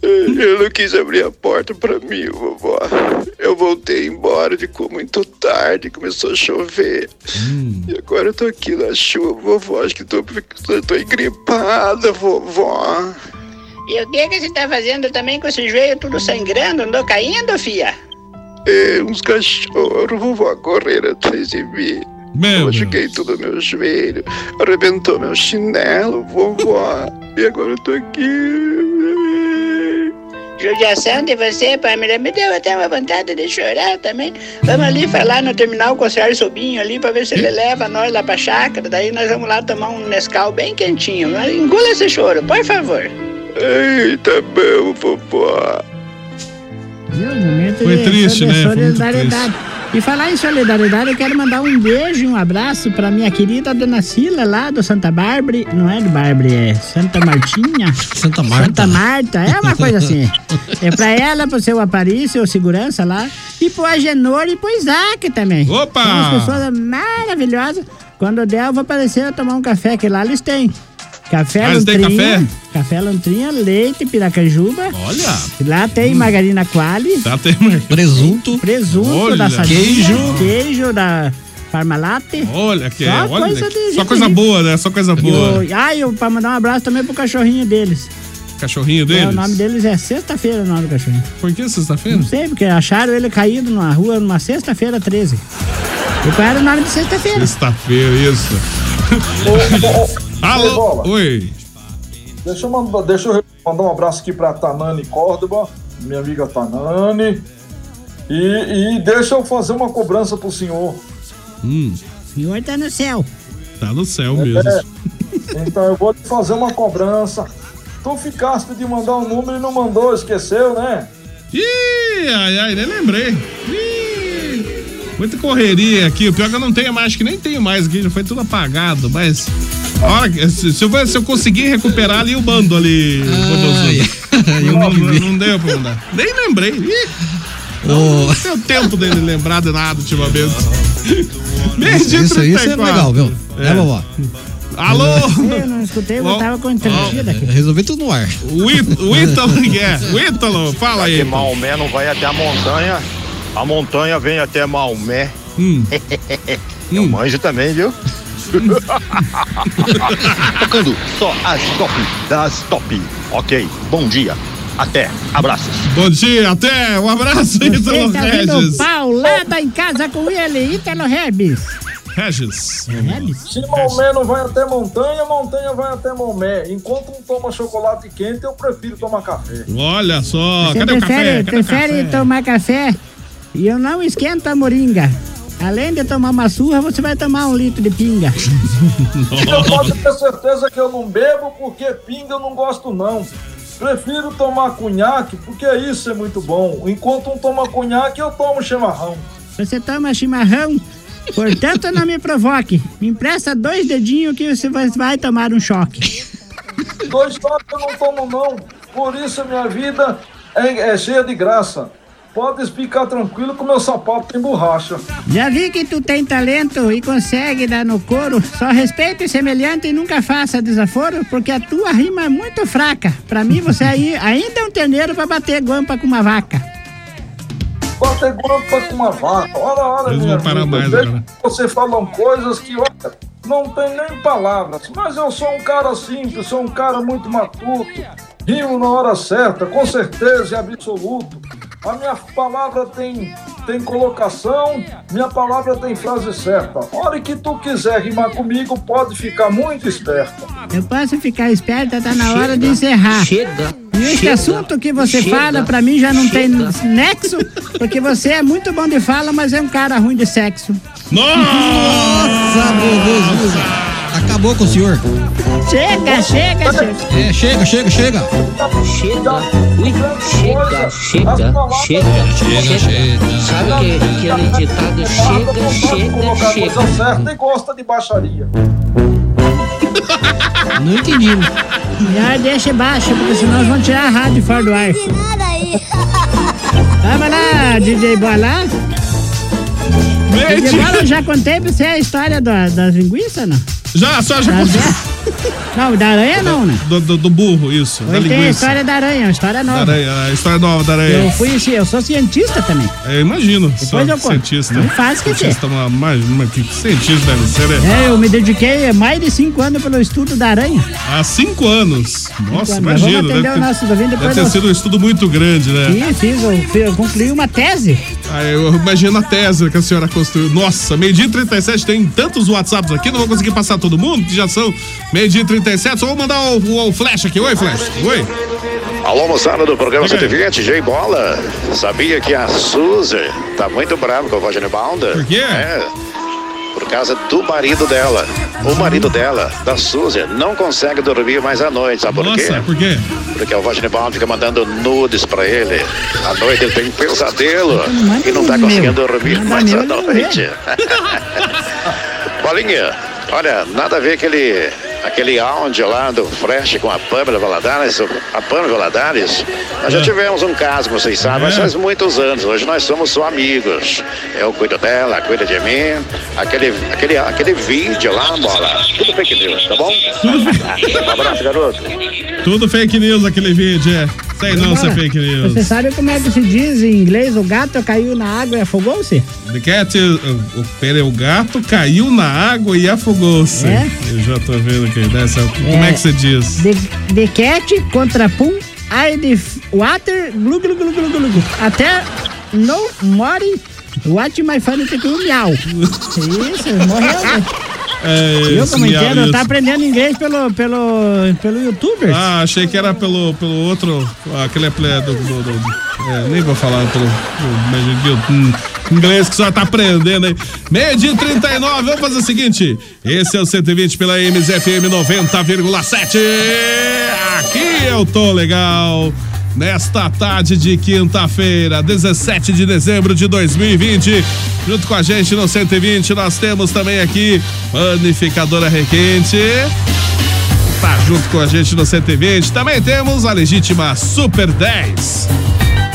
Speaker 11: Ele não quis abrir a porta pra mim, vovó. Eu voltei embora, ficou muito tarde, começou a chover. E agora eu tô aqui na chuva, vovó. Acho que tô, eu tô engripada, vovó.
Speaker 12: E o que que você tá fazendo também com esse joelho tudo sangrando, andou caindo, fia?
Speaker 11: É, uns cachorros, vovó, correram atrás de mim.
Speaker 5: Meu
Speaker 11: Machuquei tudo meu joelho, arrebentou meu chinelo, vovó. e agora eu tô aqui.
Speaker 12: judiação de você, Pamela. Me deu até uma vontade de chorar também. Vamos ali falar no terminal com o Sérgio Sobinho ali pra ver se ele leva nós lá pra chácara. Daí nós vamos lá tomar um Nescau bem quentinho. Engula esse choro, por favor.
Speaker 11: Eita, bom, popó.
Speaker 8: Viu? Momento
Speaker 5: Foi
Speaker 8: de
Speaker 5: triste, né? Foi muito
Speaker 8: solidariedade. E falar em solidariedade, eu quero mandar um beijo e um abraço pra minha querida dona Sila lá do Santa Bárbara. Não é de Bárbara, é Santa Martinha.
Speaker 1: Santa Marta.
Speaker 8: Santa Marta, é uma coisa assim. É pra ela, pro seu Aparício, o segurança lá, e pro Agenor e pro Isaac também.
Speaker 5: Opa!
Speaker 8: São as pessoas maravilhosas. Quando der, eu vou aparecer eu tomar um café, que lá eles têm. Café
Speaker 5: Ah, eles têm
Speaker 8: Lontrinha,
Speaker 5: café?
Speaker 8: café Lontrinha, leite, piracanjuba.
Speaker 5: Olha. Hum.
Speaker 8: Lá tem margarina quali.
Speaker 5: Tá tendo.
Speaker 1: Presunto.
Speaker 8: Presunto
Speaker 5: Olha.
Speaker 8: da Sadia,
Speaker 5: Queijo.
Speaker 8: Queijo da Parmalat.
Speaker 5: Olha que
Speaker 8: Só
Speaker 5: olha
Speaker 8: coisa
Speaker 5: que-
Speaker 8: de
Speaker 5: Só
Speaker 8: gente
Speaker 5: coisa
Speaker 8: rica.
Speaker 5: boa, né? Só coisa
Speaker 8: E
Speaker 5: boa.
Speaker 8: o, ah, eu, pra mandar um abraço também pro cachorrinho deles.
Speaker 5: Cachorrinho
Speaker 8: É,
Speaker 5: deles?
Speaker 8: o nome deles é Sexta-feira, o nome do cachorrinho.
Speaker 5: Por que sexta-feira?
Speaker 8: Não sei, porque acharam ele caído numa rua numa sexta-feira 13. E qual era o nome de sexta-feira?
Speaker 5: Sexta-feira, isso. Alô? Oi.
Speaker 10: Deixa eu, mandar, deixa eu mandar um abraço aqui pra Tanani Córdoba, minha amiga Tanani. E, e deixa eu fazer uma cobrança pro senhor.
Speaker 5: Hum,
Speaker 8: O senhor tá no céu.
Speaker 5: tá no céu mesmo.
Speaker 10: É, então eu vou te fazer uma cobrança. Tu ficaste de mandar um número e não mandou, esqueceu, né?
Speaker 5: Ih, ai, ai, nem lembrei. Ih, muita correria aqui. O pior é que eu não tenho mais, acho que nem tenho mais aqui, já foi tudo apagado, mas. a hora que- se, se eu, se eu conseguir recuperar ali, eu mando ali. Bobozudo. não, não, não deu pra mandar. Nem lembrei. Ih, não, não deu tempo dele lembrar de nada ultimamente. Meio
Speaker 1: Isso,
Speaker 5: dia
Speaker 1: isso, isso é
Speaker 5: 34.
Speaker 1: legal, viu? É, vovó. É.
Speaker 5: Alô?
Speaker 8: Eu não escutei, eu tava com entretida aqui.
Speaker 1: Resolvi tudo no ar.
Speaker 5: O Í- o Ítalo, que é? O Ítalo, fala aí.
Speaker 13: Que Maomé não vai até a montanha, a montanha vem até Maomé.
Speaker 5: Hum.
Speaker 13: Eu manjo também, viu? Tocando só as top das top. Ok, bom dia. Até, abraços.
Speaker 5: Bom dia, até. Um abraço,
Speaker 8: Você
Speaker 5: Ítalo
Speaker 8: tá ouvindo
Speaker 5: Regis.
Speaker 8: paulada em casa com ele, Ítalo Rebis.
Speaker 5: Regis.
Speaker 1: Uhum.
Speaker 10: Se Maomé não vai até montanha, montanha vai até Maomé. Enquanto um toma chocolate quente, eu prefiro tomar café.
Speaker 5: Olha só,
Speaker 8: Você
Speaker 5: cadê o café?
Speaker 8: prefere,
Speaker 5: Cadê o
Speaker 8: prefere
Speaker 5: café?
Speaker 8: tomar café e eu não esquento a moringa. Além de tomar uma surra, você vai tomar um litro de pinga.
Speaker 10: Eu posso ter certeza que eu não bebo, porque pinga eu não gosto, não. Prefiro tomar cunhaque, porque isso é muito bom. Enquanto um toma cunhaque, eu tomo chimarrão.
Speaker 8: Você toma chimarrão, portanto não me provoque. Me empresta dois dedinhos que você vai- vai tomar um choque.
Speaker 10: Dois toques eu não tomo, não. Por isso a minha vida é, é cheia de graça. Pode ficar tranquilo que o meu sapato tem borracha.
Speaker 8: Já vi que tu tem talento e consegue dar no couro. Só respeite o semelhante e nunca faça desaforo, porque a tua rima é muito fraca. Pra mim, você aí- ainda é um terneiro pra bater guampa com uma vaca.
Speaker 10: Bota igual com uma vaca. Olha, olha,
Speaker 5: Eles
Speaker 10: minha
Speaker 5: vão parar
Speaker 10: vida.
Speaker 5: mais
Speaker 10: vejo
Speaker 5: agora.
Speaker 10: que Você falam coisas que, olha, não tem nem palavras. Mas eu sou um cara simples, sou um cara muito matuto. Rio na hora certa, com certeza e absoluto. A minha palavra tem, tem colocação, minha palavra tem frase certa. A hora que tu quiser rimar comigo, pode ficar muito esperta.
Speaker 8: Eu posso ficar esperta, tá na hora de encerrar. Chega. E esse assunto que você
Speaker 4: Chega.
Speaker 8: fala, pra mim já não tem nexo, porque você é muito bom de fala, mas é um cara ruim de sexo.
Speaker 1: Nossa, bobozuda. Acabou com o senhor.
Speaker 8: Chega, chega, chega.
Speaker 1: É, chega, chega, chega.
Speaker 14: Chega, ui, chega, chega, chega,
Speaker 1: Chega, chega.
Speaker 14: Sabe que, aquele ditado chega, chega,
Speaker 10: Colocar a coisa
Speaker 14: chega.
Speaker 10: certa e gosta de baixaria.
Speaker 1: Não entendi.
Speaker 8: Já deixa baixo, porque senão nós vamos tirar a rádio fora do ar. Vamos lá, DJ Bola. DJ Bola, eu já contei pra você a história da- das linguiças, não?
Speaker 5: Já, a senhora já
Speaker 8: Tá
Speaker 5: conseguiu.
Speaker 8: Não, da aranha não, né?
Speaker 5: Do, do, do burro, isso. da
Speaker 8: Hoje tem a
Speaker 5: linguiça.
Speaker 8: história da aranha, uma
Speaker 5: Da
Speaker 8: história nova.
Speaker 5: aranha, a história nova da aranha.
Speaker 8: Eu fui, eu sou cientista também.
Speaker 5: Eu imagino. só
Speaker 8: eu conto.
Speaker 5: cientista.
Speaker 8: Não faz que
Speaker 5: cientista, uma, uma, uma- que cientista deve ser, né?
Speaker 8: É, eu me dediquei eh, mais de cinco anos pelo estudo da aranha.
Speaker 5: Há cinco anos. Nossa,
Speaker 8: anos. Mas
Speaker 5: imagina.
Speaker 8: vamos atender
Speaker 5: Deve,
Speaker 8: o nosso ouvinte,
Speaker 5: ter,
Speaker 8: depois
Speaker 5: deve ter
Speaker 8: nós-
Speaker 5: sido um estudo muito grande, né?
Speaker 8: E fiz, eu, fi- eu concluí uma tese.
Speaker 5: Ah, eu imagino a tese que a senhora construiu. Nossa, meio-dia e 37 tem tantos WhatsApps aqui, não vou conseguir passar todo mundo, que já são meio-dia e 37. Só vou mandar o, o, o Flash aqui. Oi, Flash. Oi.
Speaker 11: Alô, moçada do programa 120, J Bola. Sabia que a Suzy tá muito brava com a Vagina Balda? Por
Speaker 5: quê?
Speaker 11: É. Por causa do marido dela. O marido dela, da Suzy, não consegue dormir mais à noite, sabe por quê?
Speaker 5: Nossa, por quê?
Speaker 11: Porque o Vagina Balda fica mandando nudes pra ele. À noite ele tem um pesadelo e não tá conseguindo dormir mais à noite. Bolinha, olha, nada a ver aquele, aquele áudio lá do Fresh com a Pâmela Valadares. A Pâmela Valadares, nós já tivemos um caso, como vocês sabem, mas faz muitos anos. Hoje nós somos só amigos. Eu cuido dela, ela cuida de mim. Aquele, aquele, aquele vídeo lá, bola, tudo fake news, tá bom? um abraço, garoto.
Speaker 5: Tudo fake news aquele vídeo, é. Sei não ser fake news.
Speaker 8: Você sabe como é que se diz em inglês? O gato caiu na água e afogou-se?
Speaker 5: The cat, o, o, pera, o gato caiu na água e afogou-se.
Speaker 8: É?
Speaker 5: Eu já tô vendo que dessa. Como é que se diz?
Speaker 8: The, the cat contra pum, I the f- water, glu glu glu glu glu. glu. Até no more, what my family to do, miau. Isso, morreu, né?
Speaker 5: É,
Speaker 8: Viu
Speaker 5: esse
Speaker 8: como
Speaker 5: miau,
Speaker 8: entendo?
Speaker 5: isso.
Speaker 8: Tá aprendendo inglês pelo, pelo, pelo youtuber.
Speaker 5: Ah, achei que era pelo, pelo outro. Aquele é ple- do. do, do- é, nem vou falar pelo. do- mas eu- eu- hum, inglês que só tá aprendendo aí. Meio dia e 39, vamos fazer o seguinte. Esse é o 120 pela MZFM 90,7. Aqui eu tô legal. Nesta tarde de quinta-feira, 17 de dezembro de 2020, junto com a gente no 120, nós temos também aqui Panificadora Requente. Tá junto com a gente no 120. Também temos a Legítima Super 10.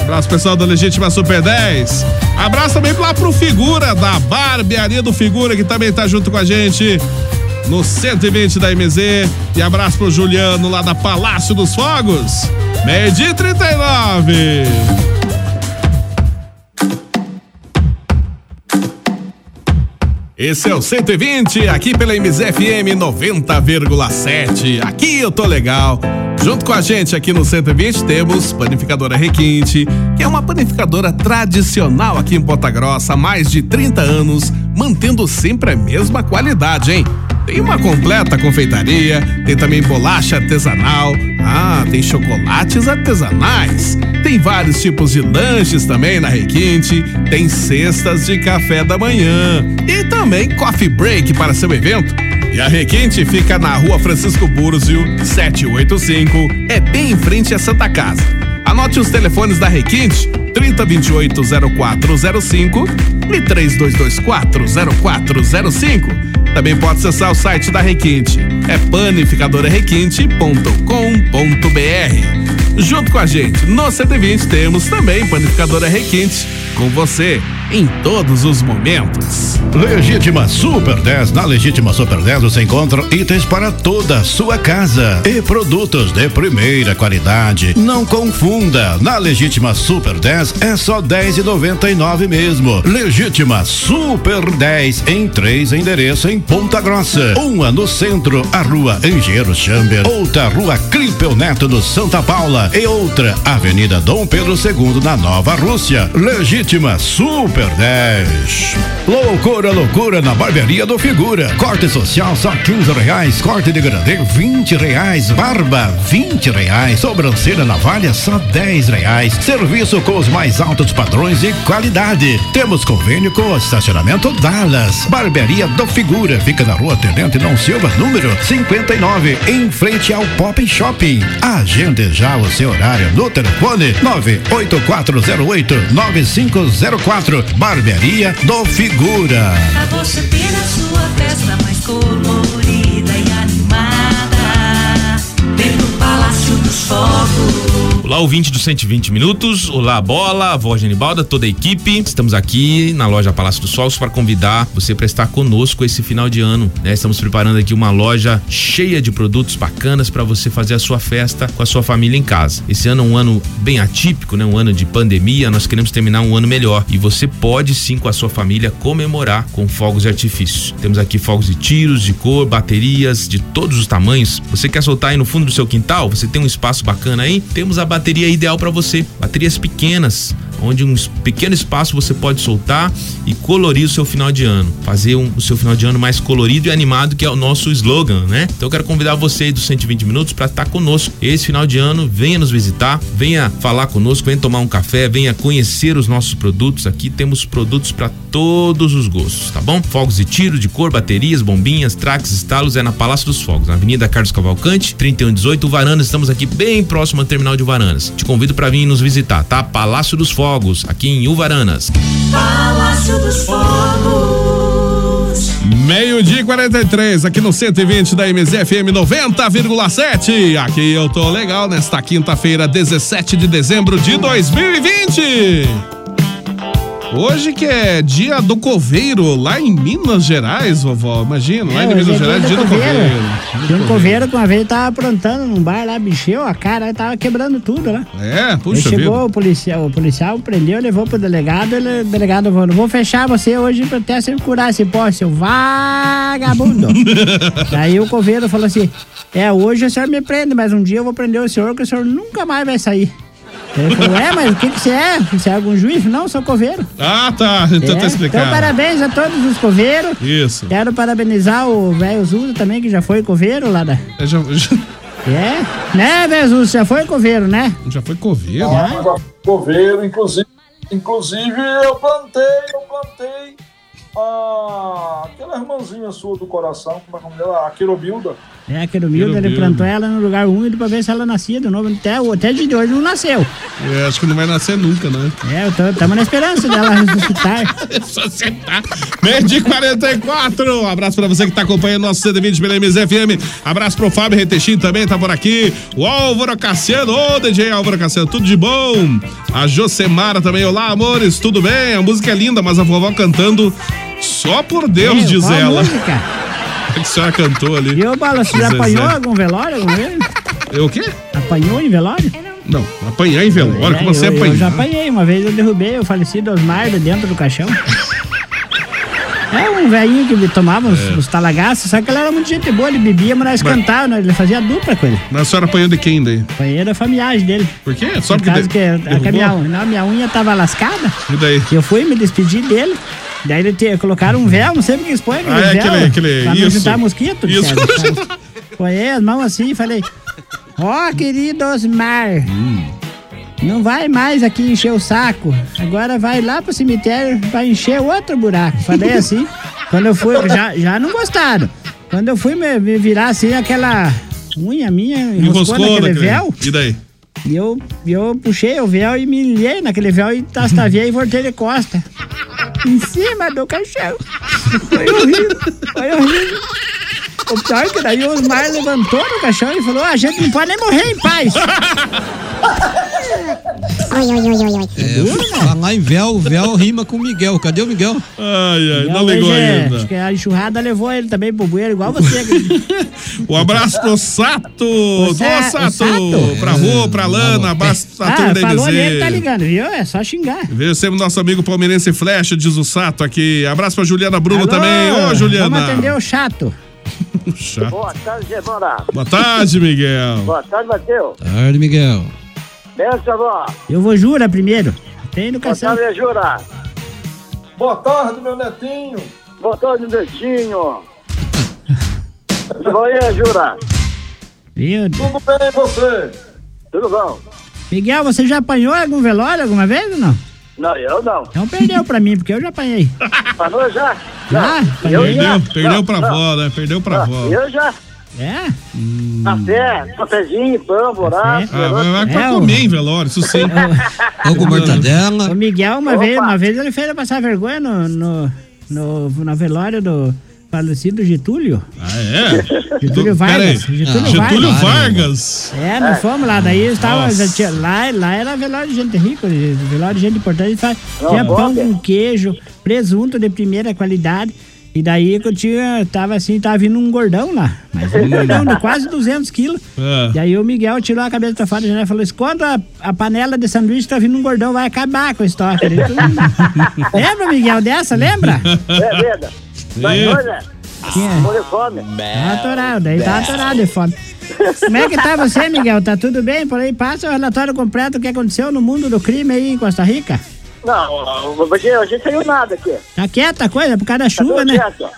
Speaker 5: Abraço pessoal da Legítima Super 10. Abraço também lá pro Figura, da Barbearia do Figura, que também tá junto com a gente no 120 da MZ. E abraço pro Juliano lá da Palácio dos Fogos. Meio dia e 39. Esse é o 120, aqui pela MZFM 90,7. Aqui eu tô legal. Junto com a gente aqui no 120 temos Panificadora Requinte, que é uma panificadora tradicional aqui em Ponta Grossa há mais de 30 anos, mantendo sempre a mesma qualidade, hein? Tem uma completa confeitaria, tem também bolacha artesanal, ah, tem chocolates artesanais, tem vários tipos de lanches também na Requinte, tem cestas de café da manhã e também coffee break para seu evento. E a Requinte fica na rua Francisco Búrzio, 785, é bem em frente à Santa Casa. Anote os telefones da Requinte, 3028-0405 e 3224-0405. Também pode acessar o site da Requinte, é panificadorarequinte.com.br. Junto com a gente, no 120 temos também Panificadora Requinte, com você em todos os momentos.
Speaker 15: Legítima Super 10. Na Legítima Super 10 você encontra itens para toda a sua casa e produtos de primeira qualidade. Não confunda. Na Legítima Super 10 é só 10,99 mesmo. Legítima Super 10 em três endereços em Ponta Grossa. Uma no centro, a rua Engenheiro Chamber. Outra, rua Crimpel Neto no Santa Paula. E outra, Avenida Dom Pedro II na Nova Rússia. Legítima Super 10. Loucura, loucura na barbearia do Figura. Corte social só 15 reais. Corte de grande 20 reais. Barba 20 reais. Sobrancelha navalha só 10 reais. Serviço com os mais altos padrões e qualidade. Temos convênio com o estacionamento Dallas. Barbearia do Figura. Fica na rua Tenente Não Silva, número 59, em frente ao Pop Shopping. Agende já o seu horário no telefone 98408-9504. Barbearia do Figura.
Speaker 16: Pra você ter a sua festa mais colorida e animada. Vem pro Palácio dos Fogos.
Speaker 17: Olá, ouvinte dos 120 minutos. Olá, bola, avó Genibalda, toda a equipe. Estamos aqui na loja Palácio dos Solos para convidar você para estar conosco esse final de ano. né? Estamos preparando aqui uma loja cheia de produtos bacanas para você fazer a sua festa com a sua família em casa. Esse ano é um ano bem atípico, né? um ano de pandemia. Nós queremos terminar um ano melhor e você pode sim, com a sua família, comemorar com fogos de artifício. Temos aqui fogos de tiros, de cor, baterias de todos os tamanhos. Você quer soltar aí no fundo do seu quintal? Você tem um espaço bacana aí? Temos a bateria ideal para você. Baterias pequenas, onde um es- pequeno espaço você pode soltar e colorir o seu final de ano. Fazer um- o seu final de ano mais colorido e animado, que é o nosso slogan, né? Então eu quero convidar você aí dos 120 minutos tá para estar conosco. Esse final de ano, venha nos visitar, venha falar conosco, venha tomar um café, venha conhecer os nossos produtos aqui. Temos produtos para todos os gostos, tá bom? Fogos de tiro, de cor, baterias, bombinhas, traques, estalos, é na Palácio dos Fogos, na Avenida Carlos Cavalcante, 3118, Varanas. Estamos aqui bem próximo ao terminal de Varanas. Te convido para vir nos visitar, tá? Palácio dos Fogos, aqui em Uvaranas.
Speaker 16: Palácio dos Fogos.
Speaker 5: Meio-dia e 43, aqui no 120 da MZFM 90,7. Aqui eu tô legal nesta quinta-feira, 17 de dezembro de 2020. Hoje que é dia do coveiro lá em Minas Gerais, vovó. Imagina, lá
Speaker 8: É,
Speaker 5: em
Speaker 8: hoje
Speaker 5: Minas
Speaker 8: é
Speaker 5: Gerais, dia do coveiro.
Speaker 8: Tinha um coveiro que uma vez tava aprontando num bar lá, bicheu a cara, tava quebrando tudo lá.
Speaker 5: É,
Speaker 8: Ele
Speaker 5: puxa vida.
Speaker 8: chegou o policial, o policial prendeu, levou pro delegado, ele, o delegado falou, não vou fechar você hoje até você curar esse pó, seu vagabundo. Daí o coveiro falou assim, é, hoje o senhor me prende, mas um dia eu vou prender o senhor que o senhor nunca mais vai sair. Ele falou, é, mas o que que você é? Você é algum juiz? Não, sou coveiro.
Speaker 5: Ah, tá. Então
Speaker 8: É,
Speaker 5: tá explicado.
Speaker 8: Então parabéns a todos os coveiros.
Speaker 5: Isso.
Speaker 8: Quero parabenizar o velho Zuda também, que já foi coveiro lá da...
Speaker 5: Eu já, já,
Speaker 8: É? Né, velho Zuda, já foi coveiro, né?
Speaker 5: já foi coveiro.
Speaker 10: Ah, Coveiro, inclusive, inclusive eu plantei, eu plantei a, aquela irmãzinha sua do coração, como é o nome dela? A Quirobilda.
Speaker 8: É, a Querumilda, ele
Speaker 5: Querumilda.
Speaker 8: plantou ela no lugar úmido pra ver se ela nascia de novo. Até, o- até de hoje não nasceu.
Speaker 5: Eu É, acho que não vai nascer nunca, né?
Speaker 8: É, estamos na esperança dela ressuscitar.
Speaker 5: É Meio de 44. Um abraço pra você que tá acompanhando nosso 120 pela MZFM. Abraço pro Fábio Retechim também, tá por aqui. O Álvaro Cassiano, ô DJ Álvaro Cassiano, tudo de bom? A Josemara também, olá amores, tudo bem? A música é linda, mas a vovó cantando só por Deus,
Speaker 8: É,
Speaker 5: diz
Speaker 8: qual a
Speaker 5: ela.
Speaker 8: música?
Speaker 5: O que a senhora cantou ali?
Speaker 8: E ô, Bala, você já
Speaker 5: Zezé.
Speaker 8: apanhou algum velório alguma vez?
Speaker 5: Eu o quê?
Speaker 8: Apanhou em velório?
Speaker 5: Não, apanhar em velório,
Speaker 8: É,
Speaker 5: como você
Speaker 8: eu,
Speaker 5: apanhou?
Speaker 8: Eu já apanhei. Uma vez eu derrubei o falecido Osmar de dentro do caixão. É um velhinho que tomava uns, uns talagaços, só que ele era muito gente boa, ele bebia, mas nós
Speaker 5: É. Mas-
Speaker 8: cantávamos, ele fazia dupla com ele.
Speaker 5: Mas a senhora apanhou de quem daí?
Speaker 8: Apanhei da familiagem dele.
Speaker 5: Por quê? Só
Speaker 8: Por
Speaker 5: porque
Speaker 8: causa
Speaker 5: de-
Speaker 8: que a- que
Speaker 5: derrubou?
Speaker 8: a minha, não, a minha unha tava lascada.
Speaker 5: E daí?
Speaker 8: Eu fui me despedir dele. Daí ele te, colocaram um véu, não sei porque eles põem aquele
Speaker 5: Ah, é
Speaker 8: véu.
Speaker 5: aquele- aquele-
Speaker 8: pra não
Speaker 5: isso.
Speaker 8: juntar mosquito.
Speaker 5: Isso.
Speaker 8: Põe as mãos assim e falei: Ó, querido Osmar, não vai mais aqui encher o saco. Agora vai lá pro cemitério, vai encher outro buraco. Falei assim. Quando eu fui, já, já não gostaram. Quando eu fui me, me virar assim, aquela unha minha enroscou naquele véu.
Speaker 5: E daí?
Speaker 8: E eu, e eu puxei o véu e me lhei naquele véu e tastaviei e voltei de costa. Em cima do caixão. Foi horrível, foi horrível. O pior é que daí o Osmar levantou do caixão e falou, "Ah, a gente não pode nem morrer em paz.
Speaker 1: Oi, oi, oi, oi, oi. falar em véu, véu rima com Miguel. Cadê o Miguel?
Speaker 5: Ai, ai,
Speaker 8: Então, hoje é- Acho que a enxurrada levou ele também pro bueiro, igual você. acredita?
Speaker 5: Um abraço pro Sato!
Speaker 8: Sa-
Speaker 5: Boa,
Speaker 8: é o
Speaker 5: Sato!
Speaker 8: Sato? É. tá
Speaker 5: Pra Rô, pra Lana, abraço pra
Speaker 8: ah,
Speaker 5: turma da
Speaker 8: falou nele, tá
Speaker 5: MZ.
Speaker 8: ligando, viu? É só xingar.
Speaker 5: Veja sempre nosso amigo palmeirense Flash, diz o Sato aqui. Abraço pra Juliana Bruno também. Ô,
Speaker 8: Vamos
Speaker 5: Juliana!
Speaker 8: atender o chato.
Speaker 5: Chato.
Speaker 18: Boa tarde, Débora.
Speaker 5: Boa tarde, Miguel.
Speaker 18: Boa tarde, Matheus.
Speaker 1: Tarde, Miguel.
Speaker 18: Benção, vó.
Speaker 8: Eu vou jura primeiro. Tem
Speaker 18: Boa
Speaker 8: educação.
Speaker 18: tarde, Jura. Boa tarde, meu netinho. Boa tarde, netinho. Bom dia, Jura.
Speaker 8: Viu?
Speaker 18: Tudo bem, você? Tudo bom.
Speaker 8: Miguel, você já apanhou algum velório alguma vez ou não?
Speaker 18: Não, eu não.
Speaker 8: Então perdeu pra mim, porque eu já apanhei.
Speaker 18: Falou já?
Speaker 8: Já?
Speaker 18: Não,
Speaker 8: Perdeu,
Speaker 5: perdeu pra
Speaker 18: não.
Speaker 5: vó, né? Perdeu pra
Speaker 18: Não,
Speaker 5: vó.
Speaker 18: Eu já.
Speaker 8: É?
Speaker 18: Café, cafezinho, pão, buraco.
Speaker 5: Ah, vai, vai pra
Speaker 8: É,
Speaker 5: comer em velório, isso sim.
Speaker 1: Pão com mortadela.
Speaker 8: O Miguel, uma vez, uma vez ele fez eu passar vergonha no, no, no, no velório do falecido Getúlio.
Speaker 5: Ah, é?
Speaker 8: Getúlio
Speaker 5: Do- pera aí.
Speaker 8: Vargas. Getúlio
Speaker 5: Getúlio
Speaker 8: Vargas.
Speaker 5: Vargas.
Speaker 8: É, nós fomos lá, daí eles tavam-
Speaker 5: Nossa.
Speaker 8: já tinha- lá, lá era velório de gente rica, de- velório de gente importante, eles faz-
Speaker 18: Não,
Speaker 8: tinha pão
Speaker 18: bota.
Speaker 8: com queijo, presunto de primeira qualidade, e daí que eu tinha, tava assim, tava vindo um gordão lá, mas um
Speaker 18: Hum.
Speaker 8: gordão de quase 200 quilos,
Speaker 18: É.
Speaker 8: e aí o Miguel tirou a cabeça da fora da janela e falou, esconda a, a panela de sanduíche, tá vindo um gordão, vai acabar com a história. "Hum." Daí todo mundo- lembra, Miguel, dessa, lembra?
Speaker 18: É, verdade. Mas
Speaker 8: É.
Speaker 18: olha,
Speaker 8: Tinha.
Speaker 18: Tô de fome.
Speaker 8: Tá atorado, daí tá atorado de fome. Como é que tá você, Miguel? Tá tudo bem por aí? Passa o relatório completo do que aconteceu no mundo do crime aí em Costa Rica.
Speaker 18: Não, hoje a gente saiu nada aqui.
Speaker 8: Tá quieta a coisa por causa da
Speaker 18: Tá tudo
Speaker 8: chuva, né?
Speaker 18: quieto.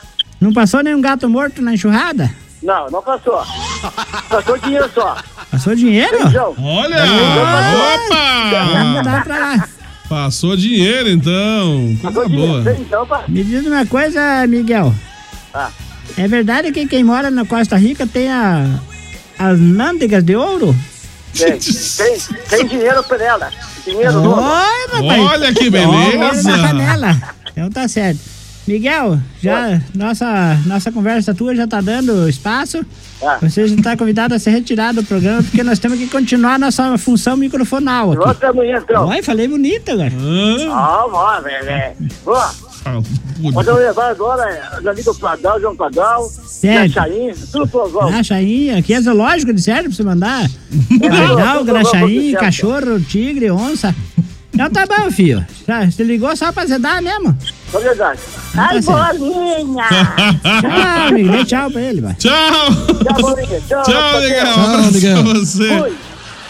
Speaker 8: Não passou nenhum gato morto na enxurrada?
Speaker 18: Não, não passou. Passou dinheiro só.
Speaker 8: Passou dinheiro?
Speaker 18: Beijão.
Speaker 5: Olha!
Speaker 18: Beijão, passou.
Speaker 8: Não
Speaker 5: Opa!
Speaker 8: dá pra lá.
Speaker 5: Passou dinheiro, então. Coisa boa.
Speaker 8: Me diz uma coisa, Miguel.
Speaker 18: Ah.
Speaker 8: É verdade que quem mora na Costa Rica tem a, as mândegas de ouro?
Speaker 18: Tem, tem, tem dinheiro pra ela. Dinheiro novo.
Speaker 8: Olha, papai. Olha na panela. Então tá certo. Miguel, já nossa, nossa conversa tua já tá dando espaço. Você já tá convidado a ser retirado do programa, porque nós temos que continuar nossa função microfonal aqui.
Speaker 18: Outra manhã, então.
Speaker 8: Vai, falei bonito agora.
Speaker 18: Ah, vai, velho. velho. Ó, Mas eu levar agora é, os amigos Pladal, João Pladal,
Speaker 8: Sério?
Speaker 18: Chachaim, tudo pro vovó.
Speaker 8: Graxainha, aqui é zoológico, de sério, pra você mandar? Pardal, graxainha, cachorro, tigre, onça. Então tá bom, filho. Já, Você ligou só pra zedar mesmo? Então tá
Speaker 18: É verdade. Ai,
Speaker 8: certo.
Speaker 18: bolinha!
Speaker 8: Tchau, amigo. Dê tchau pra ele, vai.
Speaker 5: Tchau!
Speaker 18: Tchau, bolinha. Tchau,
Speaker 5: Tchau,
Speaker 18: rapaziada.
Speaker 5: Miguel. Um abraço pra você.